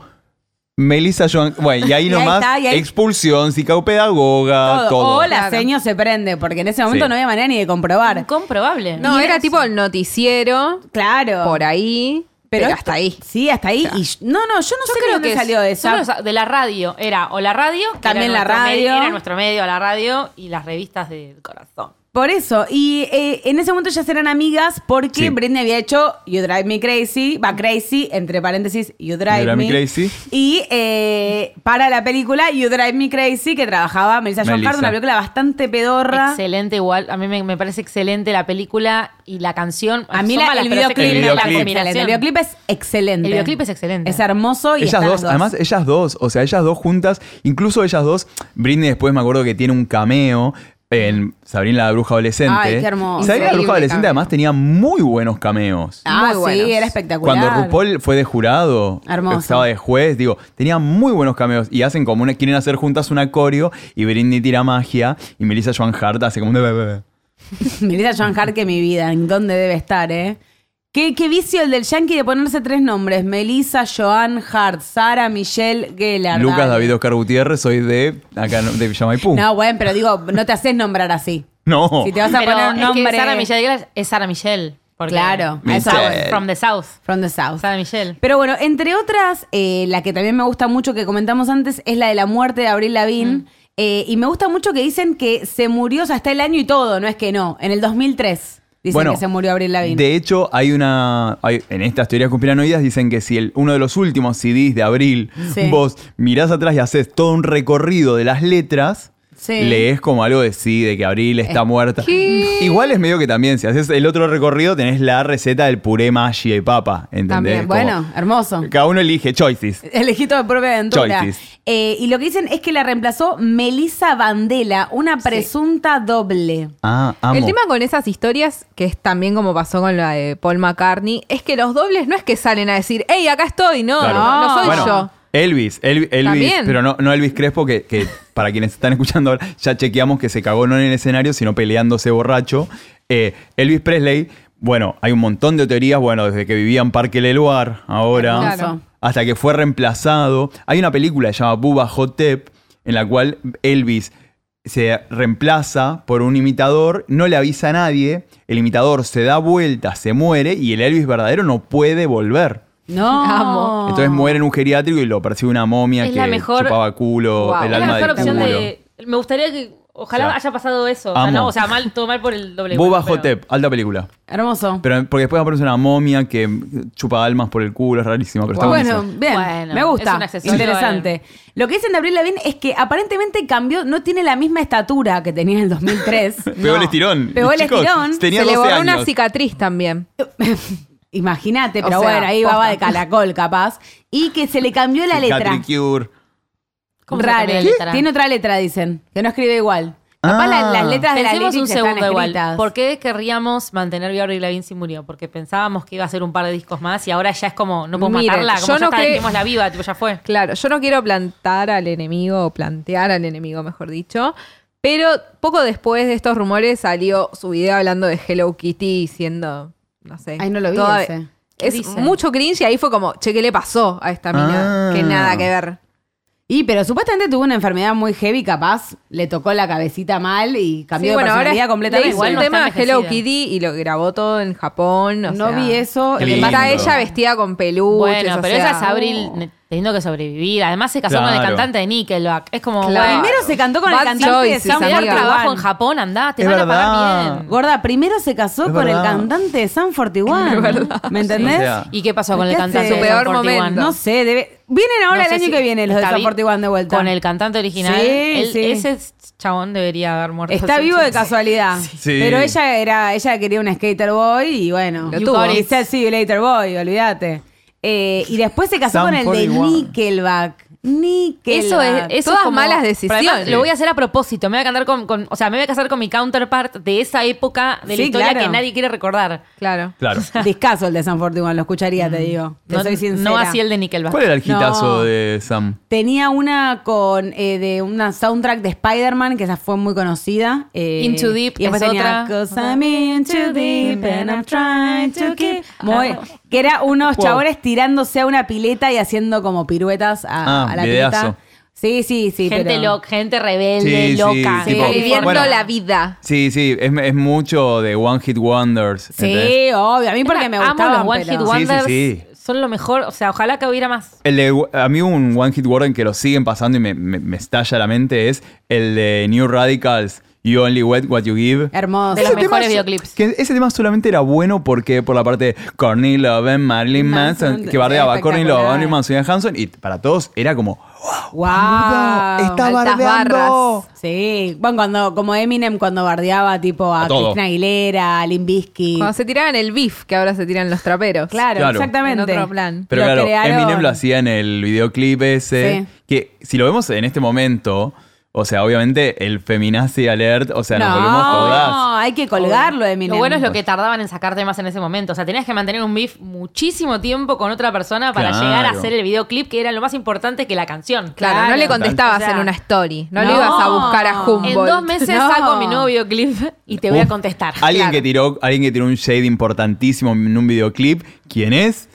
Melissa Joan. Bueno, y ahí
Y ahí
nomás,
está, y ahí-
expulsión, psicopedagoga, todo.
Todo. O la
Claro.
seño se prende, porque en ese momento
Sí.
no había manera ni de comprobar.
incomprobable.
No,
Y
era
era
tipo el noticiero
Claro.
por ahí. Pero,
esto-
hasta ahí.
Sí, hasta ahí. Y yo- no, no, yo no sé de dónde
es-
salió eso.
solo sa- de la radio. Era o la radio. que era
También la
nuestro medio-
radio.
Era nuestro medio, la radio y las revistas del corazón.
Por eso. Y eh, en ese momento ya eran amigas porque
Sí. Mm.
Britney había hecho You Drive Me Crazy, va Crazy, entre paréntesis, You Drive,
Drive Me
Me.
Crazy.
Y eh, para la película You Drive Me Crazy, que trabajaba Melissa John
Melissa.
Hart, una película bastante pedorra.
Excelente, igual. A mí me, me parece excelente la película y la canción.
A mí
Son
la-
malas,
el
pero sé que
videoclip
El
me
tienen
videoclip.
la
parece excelente.
combinación.
El videoclip es excelente.
El videoclip es excelente.
Es hermoso y
ellas
están
dos,
las
además ellas dos, o sea, ellas dos juntas, incluso ellas dos, Britney después me acuerdo que tiene un cameo en Sabrina la Bruja Adolescente.
Ay, qué hermoso.
Sabrina la
Increíble
Bruja Adolescente
cameo.
además tenía muy buenos cameos.
Ah,
Muy
sí,
buenos.
era espectacular.
Cuando RuPaul fue de jurado,
Hermoso.
estaba de juez, digo, tenía muy buenos cameos y hacen como una, quieren hacer juntas una coreo y Britney tira magia y Melissa Joan Hart hace como un...
Melissa Joan Hart, que mi vida, ¿en dónde debe estar, eh? ¿Qué, qué vicio el del yankee de ponerse tres nombres. Melissa Joan Hart, Sara Michelle Gellar.
Lucas
dale.
David Oscar Gutiérrez, soy de acá no, de Villamaipú.
No, bueno, pero digo, no te haces nombrar así.
No.
Si te vas a
Pero
poner un
es que
nombre...
Sara Michelle Gellar es Sara Michelle. porque-
Claro,
From
a eso
South-
voy.
From the South.
From the South.
Sara Michelle.
Pero bueno, entre otras, eh, la que también me gusta mucho que comentamos antes es la de la muerte de Abril Lavigne.
Mm.
Eh, y me gusta mucho que dicen que se murió, o sea, está el año y todo, no es que no. En el 2003 dicen que se murió Abril Lavigne.
De hecho, hay una. hay- en estas teorías conspiranoidas dicen que si el- uno de los últimos CDs de abril
Sí.
vos mirás atrás y haces todo un recorrido de las letras.
Sí.
Lees como algo de sí, de que Abril está muerta.
¿Qué?
Igual es medio que también, si haces el otro recorrido, tenés la receta del puré magia y papa, ¿entendés?
También, bueno, hermoso.
Como- cada uno elige choices.
Elegito de propia aventura.
Choices.
Eh, y lo que dicen es que la reemplazó Melissa Vandela, una presunta doble.
Ah, amo.
El tema con esas historias, que es también como pasó con la de Paul McCartney, es que los dobles no es que salen a decir, hey, acá estoy, no,
Claro.
no, no soy
Bueno,
yo.
Elvis, Elvi- Elvis,
También.
pero no, no Elvis Crespo, que, que para quienes están escuchando ahora, ya chequeamos que se cagó no en el escenario, sino peleándose borracho. Eh, Elvis Presley, bueno, hay un montón de teorías, bueno, desde que vivía en Parque Leluar, ahora,
Claro.
hasta que fue reemplazado. Hay una película llamada Bubba Hotep, en la cual Elvis se reemplaza por un imitador, no le avisa a nadie, el imitador se da vuelta, se muere y el Elvis verdadero no puede volver.
No.
Amo.
Entonces muere en un geriátrico y lo percibe una momia
Es
que
la mejor-
chupaba culo,
Wow.
el
Es la
alma
mejor
del
opción
culo.
de. Me gustaría que. Ojalá
O sea,
haya pasado eso. O sea,
amo.
no, o sea, mal, todo mal por el doble.
Boba
pero-
Hotep, alta película.
Hermoso.
Pero porque después aparece una momia que chupa almas por el culo, es rarísima, pero está
bueno,
buenísima.
bien,
Bueno,
me gusta,
es un accesorio,
interesante. Lo que dicen de Abril Lavigne es que aparentemente cambió, no tiene la misma estatura que tenía en el 2003.
Pegó el estirón.
Pegó el
Chicos,
estirón.
Tenía
Se le
12
borró
años.
una cicatriz también.
Imagínate, pero
O sea,
bueno, ahí va
posta.
de calacol capaz. Y que se le cambió la letra.
Catrick Cure.
¿Cómo se
Raro.
cambia la
¿Qué?
letra?
Tiene otra letra, dicen, que no escribe igual.
Ah.
Capaz la- las letras de la
Pensemos un
lyrics están
segundo igual.
escritas.
¿Por qué querríamos mantener viva Avril Lavigne si murió? Porque pensábamos que iba a hacer un par de discos más y ahora ya es como, no puedo
Miren,
matarla, como
yo
ya
no
está,
cre-
tenemos la viva, tipo, ya fue.
Claro, yo no quiero plantar al enemigo o plantear al enemigo, mejor dicho. Pero poco después de estos rumores salió su video hablando de Hello Kitty siendo, no sé.
Ay, no lo vi
toda-
ese.
¿Qué
Es
dice?
mucho cringe y ahí fue como, che, ¿qué le pasó a esta mina?
Ah.
Que nada que ver.
Y pero supuestamente tuvo una enfermedad muy heavy, capaz le tocó la cabecita mal y cambió
Sí,
de personalidad completamente.
le hizo
Igual
el
no está
tema de Hello
envejecida.
Kitty y lo grabó todo en Japón. o
No
sea,
vi eso.
Qué
Lo que pasa-
Está
lindo.
ella vestida con peluches.
Bueno,
o
pero
sea,
esa es
uh.
Abril ne- teniendo que sobrevivir. Además se casó con el
Claro.
cantante de Nickelback. Es como,
Claro.
bueno,
Primero se cantó con
Bad
el cantante
choices,
de
ya
San
me da
amiga.
trabajo en Japón, andá, te
Es
van a
verdad.
pagar bien.
Gorda, primero se casó
Es
con el
verdad.
cantante de San 41. ¿Me entendés?
O sea,
¿Y qué pasó con
¿Qué
el
hace?
cantante?
Su
de
peor
San 41?
momento.
No sé, debe- vienen ahora
No sé
el año
si-
que viene los de
está
San
vi-
41 de vuelta.
Con el cantante original.
Sí,
Él-
sí.
Ese chabón debería haber muerto.
Está
hace
vivo de
mucho.
casualidad.
Sí.
Pero ella era, ella quería un skater boy y bueno.
Lo tuvo.
Y said see you later boy, olvídate. Eh, y después se casó
Sam
con el de
41.
Nickelback. Nickelback.
Eso es, eso
Todas
es como-
malas
pero además
decisiones.
Lo voy a hacer a propósito. Me voy a cantar con, con- o sea, me voy a casar con mi counterpart de esa época de la
Sí,
historia
claro.
que nadie quiere recordar.
Claro.
Claro.
Discaso el de San 41, lo escucharía, te digo. Te
Mm. no,
soy sincera.
no así el de Nickelback.
¿Cuál era el hitazo
No.
de Sam?
Tenía una con eh, de una soundtrack de Spider-Man, que esa fue muy conocida. eh,
Into Deep
y después
es
tenía,
otra.
"'Cause I'm into deep and I'm trying to keep-" Muy- que era unos
Wow.
chabones tirándose a una pileta y haciendo como piruetas a,
Ah,
a la
videazo.
pileta. Sí, sí, sí.
gente
pero-
loca, gente rebelde,
Sí, sí,
loca.
tipo-
inconforme.
Viviendo
Bueno.
la vida.
Sí, sí, es, es mucho de One Hit Wonders.
Sí,
¿entendés?
obvio. A mí porque me
Amo
gustaban,
los One
pero-
Hit Wonders.
Sí, sí, sí.
Son lo mejor. O sea, ojalá que hubiera más.
El de- a mí un One Hit Warden que lo siguen pasando y me, me, me estalla la mente es el de New Radicals, You Only Wet What You Give.
Hermoso.
De los
Ese tema
mejores
so-
videoclips.
Que ese tema solamente era bueno porque por la parte de Courtney Love and Marilyn
Manson,
Manson, que bardeaba a Courtney Love,
espectacular.
Marilyn Manson y a Hanson, y para todos era como,
¡Wow!
Ah,
está bardeando.
Sí, bueno, cuando, como Eminem cuando bardeaba tipo a,
A todo.
Cristina Aguilera, a Limbisky.
Cuando se tiraban el beef, que ahora se tiran los traperos.
Claro,
Claro.
exactamente.
En otro plan.
Pero
Lo
claro,
crearon-
Eminem lo hacía en el videoclip ese.
Sí.
Que si lo vemos en este momento, o sea, obviamente el feminazi alert, o sea, nos volvemos todas.
no, hay que colgarlo de Eminem.
Lo bueno es lo que tardaban en sacarte más en ese momento. O sea, tenías que mantener un beef muchísimo tiempo con otra persona para
Claro.
llegar a hacer el videoclip, que era lo más importante que la canción.
Claro, no le contestabas
O sea,
en una story. No,
no.
le ibas a buscar a Humboldt.
En dos meses
No.
saco mi nuevo videoclip y te voy a
Uf,
contestar.
Alguien,
Claro.
que tiró, alguien que tiró un shade importantísimo en un videoclip. ¿Quién es?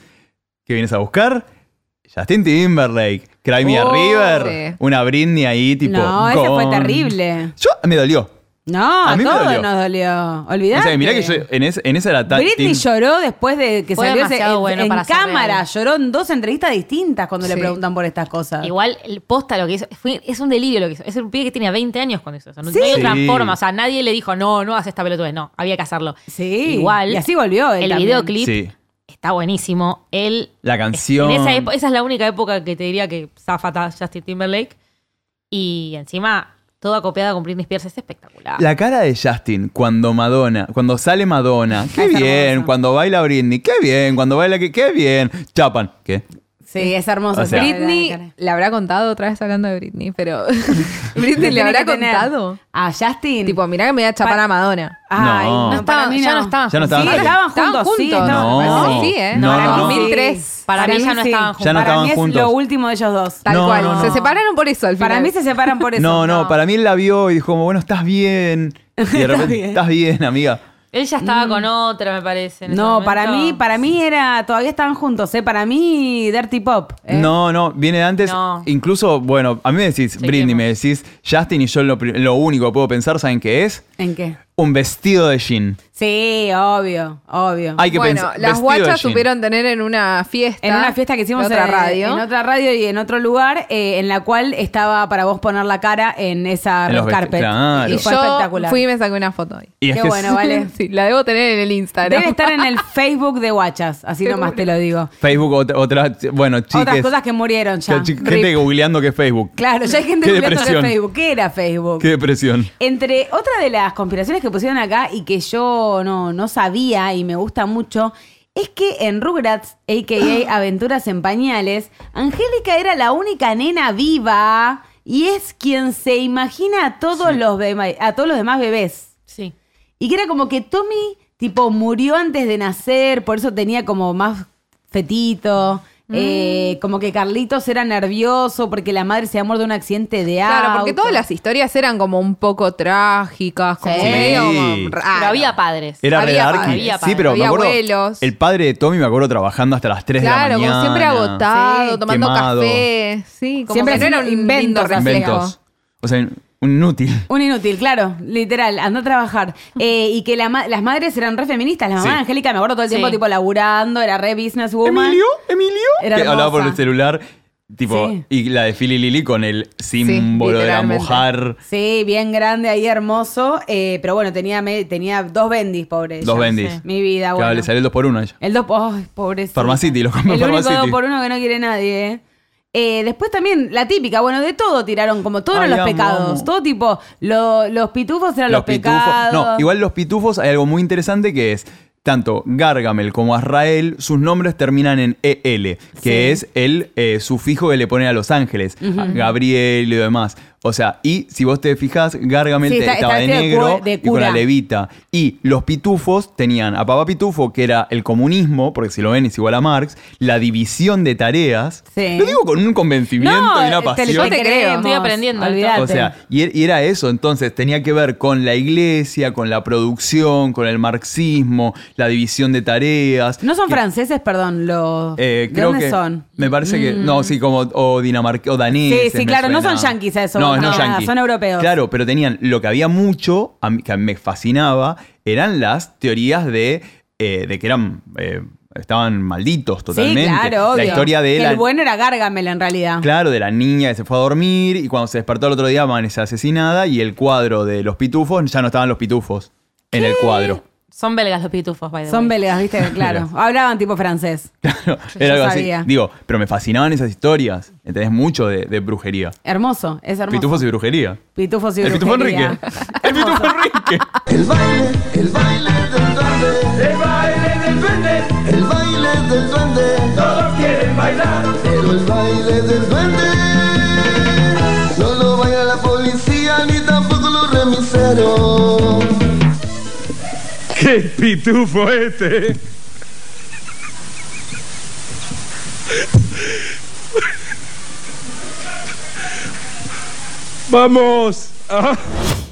¿Qué vienes a buscar? Justin Timberlake, Cry Me a
Oh,
River,
sí.
una Britney ahí, tipo.
No, ese fue
con-
terrible.
Yo me dolió.
No, a
A mí me
todos
dolió.
nos dolió.
O
Olvidate.
sea, mirá que yo en, ese- en esa era tan-
Britney
tin-
lloró después de que
Fue
salió ese,
demasiado
en,
bueno
en
para ser
cámara.
real.
Lloró en dos entrevistas distintas cuando le
Sí.
preguntan por estas cosas.
Igual el posta lo que hizo, fue- es un delirio lo que hizo. Es un pibe que tenía 20 años cuando hizo eso. No,
Sí.
no hay otra
Sí.
forma. O sea, nadie le dijo, no, no haces esta pelotudez. No, había que hacerlo.
Sí.
Igual.
Y así volvió él
El
también.
videoclip
Sí,
está buenísimo. Él.
la canción.
En esa, época- esa es la única época que te diría que zafata Justin Timberlake. Y encima, toda copiada con Britney Spears es espectacular.
La cara de Justin cuando Madonna, cuando sale Madonna, qué
Es
bien,
hermoso.
cuando baila Britney, qué bien, cuando baila que qué bien, chapan, qué.
Sí, es hermoso.
O sea-
Britney le habrá contado otra vez hablando de Britney, pero Britney le
Tiene
habrá
que tener
contado.
A Justin.
Tipo, mirá que me voy a chapar
Pa-
a Madonna.
Ay,
No.
no,
No
para
estaban-
mí
ya no estaban
Ya no
Sí,
estaban juntos.
estaban
Estaban
juntos, sí,
juntos.
estaban-
No.
me parece que
Sí, ¿eh?
No,
Para
no, no.
2003.
Para mí
mí
ya no
sí.
estaban
Ya no
para
estaban
mí es
juntos.
lo último de ellos dos.
Tal
No,
cual.
no, no.
Se separaron por eso al final.
Para mí se separan por eso.
No, no, para mí él la vio y dijo, como, bueno, estás bien. Y de repente,
bien.
estás bien, amiga.
Él ya estaba con otra, me parece. en ese
Mm. No, para
momento.
mí, para mí era, todavía estaban juntos, ¿eh? Para mí, Dirty Pop. ¿eh?
No, no, viene de antes.
No.
Incluso, bueno, a mí me decís, Britney, me decís, Justin y yo lo, pri- lo único que puedo pensar, ¿saben qué es?
¿En qué?
Un vestido de jean.
Sí, obvio, obvio.
Hay que
bueno,
pensar.
las
vestido de
guachas
jean.
supieron tener en una fiesta.
en una fiesta que hicimos
en otra
en,
radio.
en otra radio y en otro lugar, eh, en la cual estaba para vos poner la cara en esa
En
red
los vesti-
carpet.
claro.
Y
y
fue
yo
espectacular.
fui y me saqué una foto ahí.
Y es
Qué
que
bueno, vale.
Sí, la debo tener en el Instagram.
Debe estar en el Facebook de Guachas, así
Seguro.
nomás te lo digo.
Facebook, otra, otra- bueno, chicas.
Otras cosas que murieron ya.
Gente googleando que es Facebook.
Claro, ya hay gente
Qué
googleando que es
depresión.
Facebook. ¿Qué era Facebook?
Qué depresión.
Entre otra de las conspiraciones que pusieron acá y que yo no, no sabía y me gusta mucho, es que en Rugrats, a.k.a. Aventuras en Pañales, Angélica era la única nena viva y es quien se imagina a todos, los, bema- a todos los demás bebés.
Sí.
Y que era como que Tommy, tipo, murió antes de nacer, por eso tenía como más fetito.
Mm.
Eh, como que Carlitos era nervioso porque la madre se había muerto de un accidente de agua.
Claro, porque todas las historias eran como un poco trágicas, como
Sí.
medio
Sí.
Ah,
raro.
Pero había padres.
Era
Había
re
padre,
darky.
había
Sí,
padre.
pero me
Había
acuerdo.
abuelos.
El padre de Tommy me acuerdo trabajando hasta las 3
Claro,
de la
como
mañana.
siempre agotado,
Sí.
tomando
Quemado.
café. Sí, como
Siempre
que no era un
haciendo
lindo
inventos,
reflejo.
Inventos. O sea, un inútil.
Un inútil, claro, literal, anda a trabajar. Eh, y que la ma- las madres eran re feministas. La mamá
Sí.
de Angélica, me acuerdo todo el
Sí.
tiempo, tipo, laburando, era re businesswoman.
¿Emilio? ¿Emilio?
Era
que hablaba por
hermosa.
el celular. Tipo,
Sí.
y la de Philly Lily con el símbolo de la
literalmente.
mujer.
Sí, bien grande ahí, hermoso. Eh, pero bueno, tenía, me- tenía dos bendis, pobre. ella.
Dos bendis.
sé.
Mi vida,
Claro,
bueno.
le salió el 2 por 1 a ella.
El dos, ay, pobrecito.
Pharmacity, lo compró
El único
Pharmacity.
dos por uno que no quiere nadie, ¿eh? Eh, después también, la típica, bueno, de todo tiraron, como todos
Ay,
los
amo,
pecados.
amo.
Todo tipo, lo- los pitufos eran los, pecados.
No, igual los pitufos hay algo muy interesante que es. Tanto Gargamel como Azrael, sus nombres terminan en EL, que
Sí.
es el eh, sufijo que le ponen a Los Ángeles, a Gabriel y demás. O sea, y si vos te fijas, Gargamel
Sí,
te-
está-
estaba de
está vestido de
negro
cu- de
y con la
cura.
levita. Y los pitufos tenían a Papá Pitufo, que era el comunismo, porque si lo ven es igual a Marx, la división de tareas.
Sí.
Lo digo con un convencimiento y una
te-
pasión.
yo te creo.
Estoy aprendiendo esto.
Olvídate.
O sea, y, er- y era eso, entonces tenía que ver con la iglesia, con la producción, con el marxismo, la división de tareas.
No son
Que-
franceses, perdón, los...
eh,
¿De
creo
dónde
que-
son?
Me parece que. No, sí, como. O dinamarqueses o
Sí,
daneses.
sí,
me
claro, no
suena.
son yanquis a eso,
No,
no,
no,
nada,
yanquis.
son europeos.
Claro, pero tenían. Lo que había mucho, a mí- que a mí me fascinaba, eran las teorías de, eh, de que eran. eh, estaban malditos totalmente.
Sí, claro, obvio.
La historia de
Que
la,
El bueno era Gargamel en realidad.
Claro, de la niña que se fue a dormir y cuando se despertó el otro día amanece asesinada y el cuadro de los pitufos, ya no estaban los pitufos en el cuadro.
Son belgas los pitufos, by the
Son
way.
belgas, viste, claro. Hablaban tipo francés.
Claro,
Yo
era algo
sabía.
así. Digo, pero me fascinaban esas historias. Entendés mucho de, de brujería.
Hermoso, es hermoso.
Pitufos y brujería.
Pitufos y
el pitufo
brujería.
Enrique. El pitufo Enrique.
El baile, el baile del duende. El baile del duende. El baile del duende. Todos quieren bailar. Pero el baile del duende. No lo baila la policía ni tampoco los remiseros.
¡Qué pitufo este! ¡Vamos! Ah.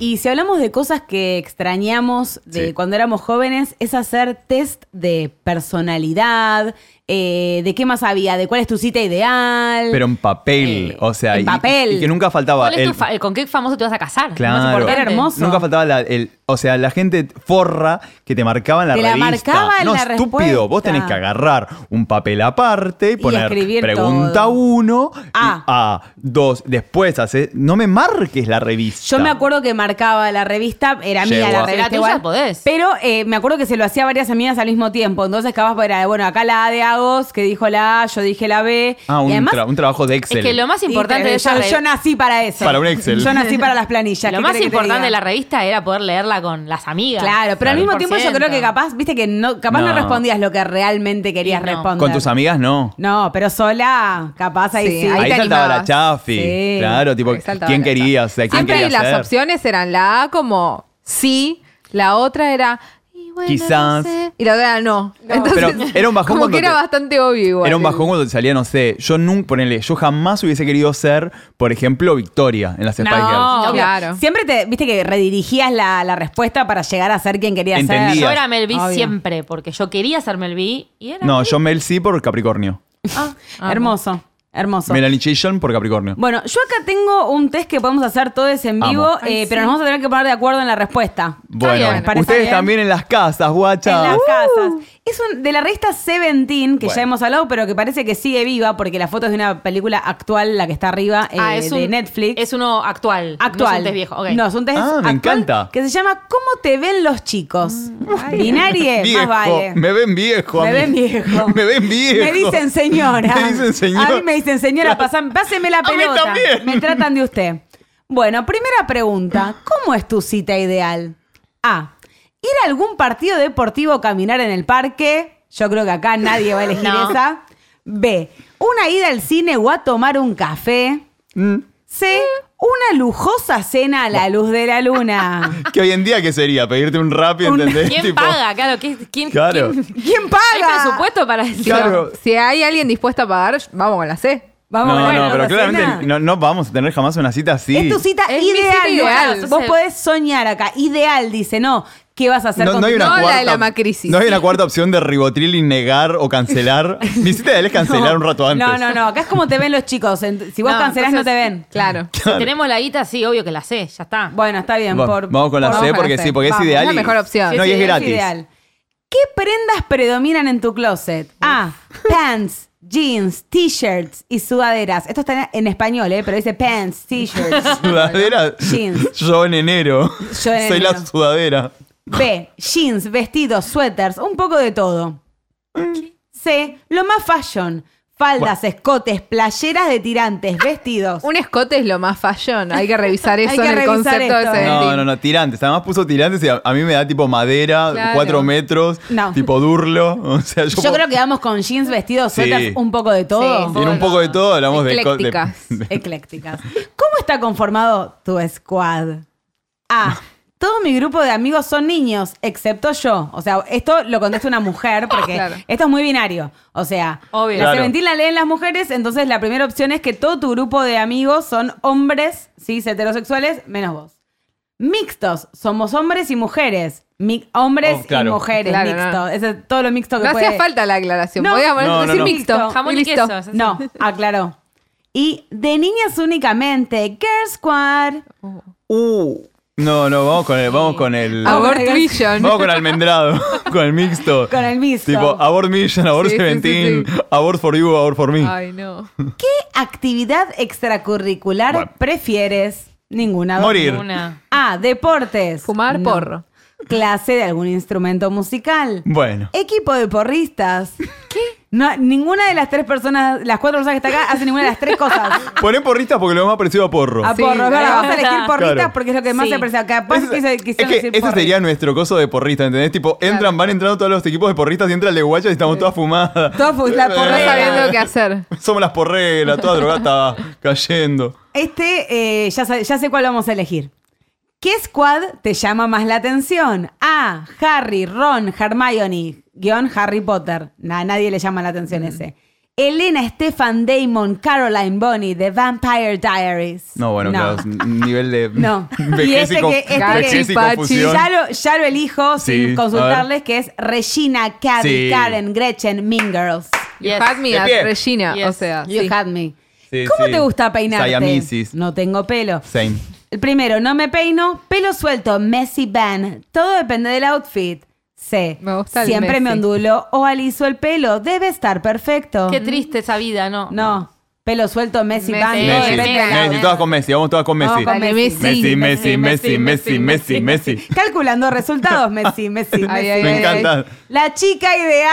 Y si hablamos de cosas que extrañamos de
Sí.
cuando éramos jóvenes, es hacer test de personalidad, eh, de qué más había, de cuál es tu cita ideal.
Pero en papel.
Eh,
o sea,
en
y,
papel.
y que nunca faltaba
¿Cuál es tu
el,
fa- eh, ¿Con qué famoso te vas a casar?
Claro.
Lo más importante.
Era hermoso.
Nunca faltaba la, el, o sea, la gente forra que te marcaba en la
Te la
revista.
marcaba en
no,
la
estúpido. Vos
respuesta.
tenés que agarrar un papel aparte y poner
escribir
pregunta
todo.
uno, y
Ah.
A, dos, después hace, no me marques la revista.
Yo me acuerdo que marcaba la revista, era mía
Yegua.
la revista.
Era tuya,
igual,
podés.
Pero eh, me acuerdo que se lo hacía a varias amigas al mismo tiempo. Entonces, capaz era, bueno, acá la A de Agos, que dijo la A, yo dije la B.
Ah, un,
y además,
tra- un trabajo de Excel.
Es que lo más
Sí,
importante de
pero
esa
yo,
re-
yo nací para eso.
Para un Excel.
Yo nací para las planillas.
Lo
¿qué
más
querés que te
importante de la
diga?
revista era poder leerla con las amigas.
Claro, pero al mismo tiempo yo creo que
100%.
capaz, viste que no, capaz no,
No.
respondías lo que realmente querías
Y no.
responder.
Con tus amigas no.
No, pero sola, capaz ahí sí.
Sí,
Ahí,
Ahí te
saltaba
animabas.
la chafi.
Sí.
Claro, tipo,
Ahí saltaba
¿quién
la chafi.
querías? O sea, ¿quién
Siempre
querías
las
ser?
opciones eran la A como sí, la otra era y bueno, no
Quizás.
sé, y la otra era no. Entonces,
Pero era un bajón
como
cuando
que era
te-
bastante obvio igual.
Era un bajón cuando te salía, no sé, yo nunca, ponele, yo jamás hubiese querido ser, por ejemplo, Victoria en las Spice Girls.
No,
No,
claro.
claro.
Siempre te, viste que redirigías la, la respuesta para llegar a ser quien querías
Entendía.
ser.
Yo era Mel B
Obvio.
siempre, porque yo quería ser Mel B y era.
No, yo Mel sí por Capricornio.
Ah, hermoso, hermoso.
Melanie Chishon por Capricornio.
Bueno, yo acá tengo un test que podemos hacer todos en
Amo.
vivo, eh, pero nos vamos a tener que poner de acuerdo en la respuesta.
Bueno,
bien.
Parece
ustedes
bien.
también en las casas,
En
guacha. Uh,
las
Uh.
casas. Es un- de la revista Seventeen, que ya
Bueno.
hemos hablado, pero que parece que sigue viva porque la foto es de una película actual, la que está arriba eh,
Ah, es
de
un-
Netflix.
Es uno actual.
actual.
No es un test viejo. ok.
No, es un test
Ah, me
actual
encanta.
Que se llama ¿Cómo te ven los chicos?
Mm,
Binarie,
Viejo,
más vale.
Me ven viejo. a
Me
mí.
ven viejo.
me ven viejo.
Me dicen señora.
Me dicen señora.
A mí me dicen señora, pasan- páseme la
mí
pelota.
también.
Me tratan de usted. Bueno, primera pregunta. ¿Cómo es tu cita ideal? A. Ir a algún partido deportivo o caminar en el parque. Yo creo que acá nadie va a elegir
No.
esa. B. Una ida al cine o a tomar un café.
Mm.
C. Una lujosa cena a la luz de la luna.
Que hoy en día, ¿qué sería? Pedirte un rap, ¿entendés?
¿Quién
Tipo,
paga? Claro, ¿quién, quién,
Claro.
quién-
¿Quién paga?
¿Hay presupuesto para eso?
Claro.
Si hay alguien dispuesto a pagar, vamos con la C.
Vamos
No,
a
no,
ver la
pero
lujosa cena.
claramente no, no vamos a tener jamás una cita así.
Es tu cita
Es mi
ideal.
cita ideal.
Nicolás. Vos
Entonces-
podés soñar acá. Ideal, dice, no. ¿Qué vas a hacer
No,
con
no hay
tu-
una
No, la de
cuarta,
la Macrisis.
no hay una cuarta opción de ribotril y negar o cancelar. Mi cita ideal es cancelar un rato antes.
No, no, no. Acá es como te ven los chicos. Ent- Si vos
No,
cancelás,
entonces-
no te ven.
Claro.
Si tenemos la guita, sí, obvio que la sé, ya está.
Bueno, está bien.
Va-
por-
vamos con la
por-
C
con la
porque
C.
sí, porque
Vamos,
es
es
ideal.
la
y-
mejor opción.
No, y
Sí,
es gratis.
ideal. ¿Qué prendas predominan en tu closet? A. Pants, jeans, t-shirts y sudaderas. Esto está en español, ¿eh? Pero dice pants, t-shirts.
Sudadera.
Jeans.
Yo en enero.
Yo en
Soy la
enero.
sudadera.
B. Jeans, vestidos, suéteres, un poco de todo. C. Lo más fashion. Faldas, escotes, playeras de tirantes, vestidos.
Un escote es lo más fashion. Hay que revisar
Hay
eso
que
en el
revisar
concepto
esto.
de ese
No, no, no, tirantes. Además puso tirantes y a, a mí me da tipo madera,
Claro.
cuatro metros,
No.
tipo durlo. O sea, yo,
Yo creo que vamos con jeans, vestidos,
Sí.
suéteres, un poco de todo.
Sí,
Tiene un poco de todo, hablamos de, co- de-
Eclécticas.
de-
Eclécticas. ¿Cómo está conformado tu squad? A. Todo mi grupo de amigos son niños, excepto yo. O sea, esto lo contesta una mujer, porque
Claro.
esto es muy binario. O sea,
Obvio.
la
Claro.
Seventeen la leen las mujeres, entonces la primera opción es que todo tu grupo de amigos son hombres, cis, heterosexuales, menos vos. Mixtos, somos hombres y mujeres. Mi- hombres
Oh, claro.
y mujeres,
Claro,
mixto.
no.
Ese es todo lo mixto que
No
puede.
hacía falta la aclaración.
No.
Podíamos
No, no,
decir
no.
mixto.
Jamón y
listo.
queso.
No, aclaró. Y de niñas únicamente, Girl Squad.
Uh, No, no, vamos con el. Vamos con el.
Ah, Abort
Abort
Vision.
Vamos con almendrado, con el mixto.
Con el mixto.
Tipo, abort mission, abort
Sí, sí,
17,
sí, sí.
abort for you, abort for me.
Ay, no.
¿Qué actividad extracurricular
Bueno.
prefieres? Ninguna.
Morir.
Una.
A. Deportes.
Fumar
No.
porro.
Clase de algún instrumento musical.
Bueno.
Equipo de porristas. ¿Qué? No, ninguna de las tres personas, las cuatro personas que están acá, hace ninguna de las tres cosas.
Poné porristas porque lo más parecido a porro.
A
Sí,
porros,
ahí
¿verdad?
va.
Vamos a elegir porristas
Claro.
porque es lo que más
Sí.
se aprecia. acá.
Ese-
que
es que ese sería nuestro coso de porrista, ¿entendés? Tipo, entran, van entrando todos los equipos de porristas y entra el de guayas y estamos todas fumadas. Eh,
la
No
porrera.
sabiendo qué hacer.
Somos las porreras, toda drogata cayendo.
Este, eh, ya, sa- ya sé cuál vamos a elegir. ¿Qué squad te llama más la atención? A. Harry, Ron, Hermione, guión Harry Potter. Nah, a nadie le llama la atención
Mm.
ese. Elena, Stefan, Damon, Caroline, Bonnie, The Vampire Diaries.
No, bueno, claro, es un nivel de
No.
vejez
Y este
y, con-
que- este
vejez
que-
y
Pachi.
Sí,
confusión.
ya lo, ya lo elijo
Sí,
sin
a ver.
consultarles, que es Regina, Caddy,
Sí.
Karen, Gretchen, Mean Girls.
You
Yes.
had me
De
at
pie.
Regina.
Yes.
O sea,
You
sí.
had me.
Sí,
¿Cómo
sí.
te gusta peinarte?
Siamesis.
No tengo pelo.
Same.
El primero, no me peino, pelo suelto, messy band. Todo depende del outfit. C.
Me gusta el
Siempre me
messy.
ondulo o aliso el pelo. Debe estar perfecto.
Qué triste esa vida, ¿no?
No. Pelo suelto, messy,
Messy.
band. todo
Messi,
depende del
Messi,
Messi,
outfit.
todas con Messi, vamos todas con Messi.
Vamos con
Dale,
Messi.
Messi, Messi,
Messi,
Messi, Messi,
Messi,
Messi, Messi.
Calculando resultados, Messi, Messi, Messi.
Ay, Ah. ay,
Me encanta.
La chica ideal.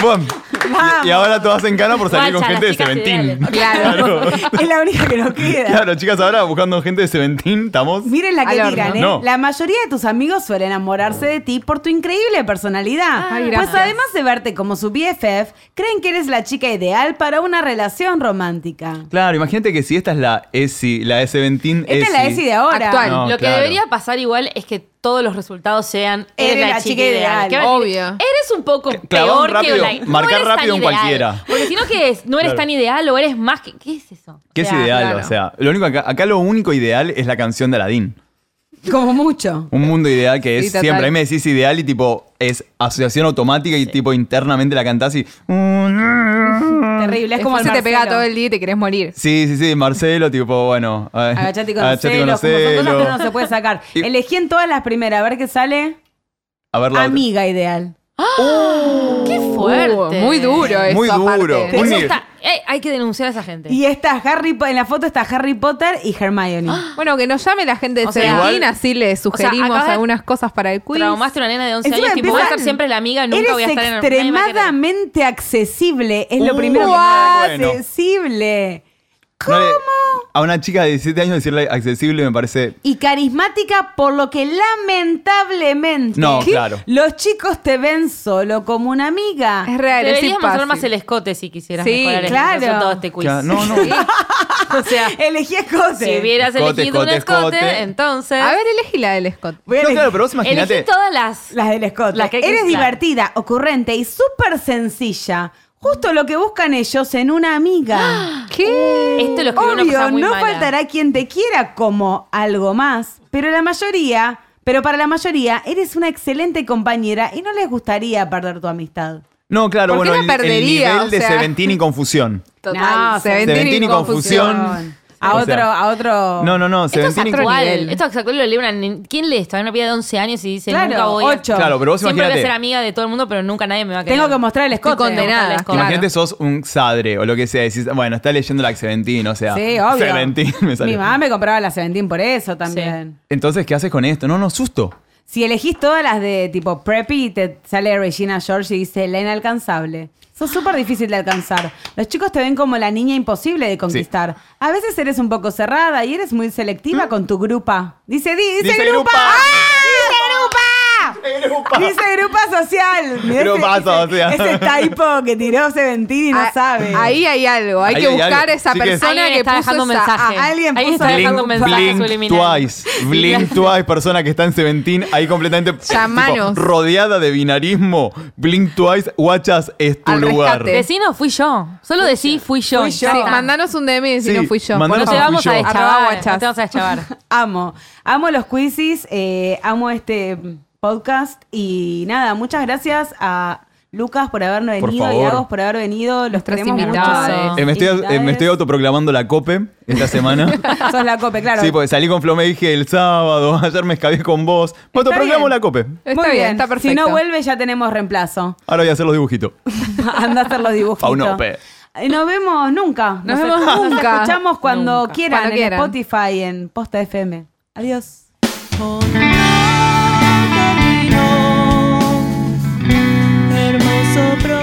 Bom. Y, y ahora todas en cana por salir con
Guacha,
gente de
las chicas
Seventeen.
ideales.
Claro.
Claro.
Es la única que nos queda.
Claro, chicas, ahora buscando gente de Seventeen, estamos.
Miren la que
Al horno.
tiran, ¿eh?
No.
La mayoría de tus amigos suelen enamorarse de ti por tu increíble personalidad.
Ay,
pues
Ah, gracias.
además de verte como su BFF, creen que eres la chica ideal para una relación romántica.
Claro, imagínate que si esta es la ESI, la E17
Esta es la ESI de ahora.
Actual.
No,
Lo que
claro.
debería pasar igual es que todos los resultados sean eres, la, chica ideal. ¿Qué van a decir?
Obvio.
Eres un poco
Clavón
peor
rápido,
que online.
marcar
eres tan
rápido en
ideal.
cualquiera.
Porque si no, ¿qué es? No eres
Claro.
tan ideal o eres más que. ¿Qué es eso?
Que es
O sea,
ideal,
claro.
o sea, lo único acá, acá lo único ideal es la canción de Aladdin.
Como mucho.
Un mundo ideal que es
Sí, total.
siempre, ahí me decís ideal y tipo, es asociación automática y tipo internamente la cantás y... mm,
Mm.
Terrible. Es como
Después
el
se te pega
Marcelo.
todo el día y te querés morir.
Sí, sí, sí, Marcelo, tipo, bueno... a ver,
Agachate y
agachate y
conocelo, como son cosas que uno no
conocelo.
se puede sacar.
Y-
Elegí en todas las primeras, a ver qué sale.
A ver la otra.
Amiga ideal.
¡Qué fuerte!
Uh, muy duro eso.
Muy duro.
aparte.
Eso
Un nivel.
está- eh, hay que denunciar a esa gente.
Y está Harry, Po- en la foto está Harry Potter y Hermione.
Bueno, que nos llame la gente de
O sea,
Seventeen,
igual-
así le sugerimos
acabas de-
algunas cosas para el quiz.
Traumaste a una nena de 11
Encima
años. Tipo, voy a
empiezan-
ser siempre la amiga, nunca
Eres
voy a estar en el nadie me va a querer.
extremadamente accesible. Es lo
Uh,
primero que
bueno.
accesible.
No le- a una chica de 17 años decirle accesible me parece...
Y carismática, por lo que lamentablemente
No, claro.
los chicos te ven solo como una amiga.
Es real, es
Deberías mostrar
fácil.
más el escote si quisieras
Sí,
mejorar el
claro.
resultado de este quiz.
Ya, no, no.
o sea,
Elegí escote.
si hubieras
Escote,
elegido un
escote,
escote,
escote.
entonces...
A ver, elegí la del Scott.
Voy a
No,
elegir
claro, pero vos
elegí
imaginate...
todas las...
las del escote.
Las que hay que
Eres
usar.
divertida, ocurrente y súper sencilla. Justo lo que buscan ellos en una
Ah,
amiga.
¿Qué?
Esto lo escribió una
Obvio,
cosa muy
no
mala.
faltará quien te quiera como algo más, pero la mayoría, pero para la mayoría eres una excelente compañera y no les gustaría perder tu amistad.
No, claro,
¿Por qué
bueno,
la
el, el
perdería?
nivel
O
de
sea-
Seventeen y confusión.
No,
Seventeen
Seventeen y confusión.
A
O
otro,
sea,
a otro.
No, no, no,
Esto es
Seventeen y
actual.
nivel.
Esto es actual, lo lee una... nen- ¿Quién lee esto? Hay una piba de 11 años y dice,
Claro,
nunca voy a...
ocho.
Claro, pero vos
Siempre voy a
imagínate.
ser amiga de todo el mundo, pero nunca nadie me va a querer.
Tengo que mostrar el escote.
condenada.
Tengo que mostrar el
Imagínate sos un sadre o lo que sea. Decís, bueno, está leyendo la Seventeen, o sea.
Sí, obvio.
Seventeen me sale.
Mi mamá me compraba la Seventeen por eso también.
Entonces, ¿qué haces con esto? No, no, susto.
Si elegís todas las de tipo preppy, te sale Regina George y dice la inalcanzable. Sos súper difícil de alcanzar. Los chicos te ven como la niña imposible de conquistar. A veces eres un poco cerrada y eres muy selectiva con tu grupa. Dice, di- dice,
Dice
grupa.
grupa.
¡Ah! ¡Dice grupa! Dice grupa social. Mirá
Grupa
ese,
social.
Ese, ese typo que tiró Seventín y no
Ah,
sabe.
Ahí hay algo. Hay
Ahí
que
hay
buscar
algo.
a esa
Sí que-
persona
Alguien
que
está
puso
dejando un
esa-
mensaje.
ah,
alguien
Alguien
puso
está
Blink-
dejando un mensaje
blink
subliminal.
twice. Blink twice, persona que está en Seventeen, ahí completamente eh, tipo,
Llamanos.
rodeada de binarismo. Blink twice, guachas, es tu
Al
lugar.
rescate.
Vecino, fui yo. Solo decí, fui yo.
Fui yo.
Ya
Sí,
está.
mandanos un DM si
Sí,
no fui yo.
mandanos
No te
Ah,
vamos
fui
a
yo.
Arroba
deschavar.
guachas.
No te vamos a deschavar.
Amo. Amo los quizzes, eh, amo este podcast y nada, muchas gracias a Lucas por habernos
Por
venido y
favor.
Agos por haber venido. Los
Nuestras
queremos mucho.
invitadas.
Eh, me, estoy, eh, me estoy autoproclamando la COPE esta semana.
Sos la cope, claro.
Sí, pues. porque salí con Flo, me dije el sábado, ayer me escabé con vos. Me autoproclamo
bien.
la COPE.
Está bien, está perfecto.
Si no vuelve, ya tenemos reemplazo.
Ahora voy a hacer los dibujitos.
Anda a hacer los dibujitos.
Faunope.
Eh, Nos vemos nunca.
Nos vemos nunca.
escuchamos cuando
Nunca.
quieran
Cuando
en
quieran.
Spotify, en Posta FM. Adiós.
Hermoso pro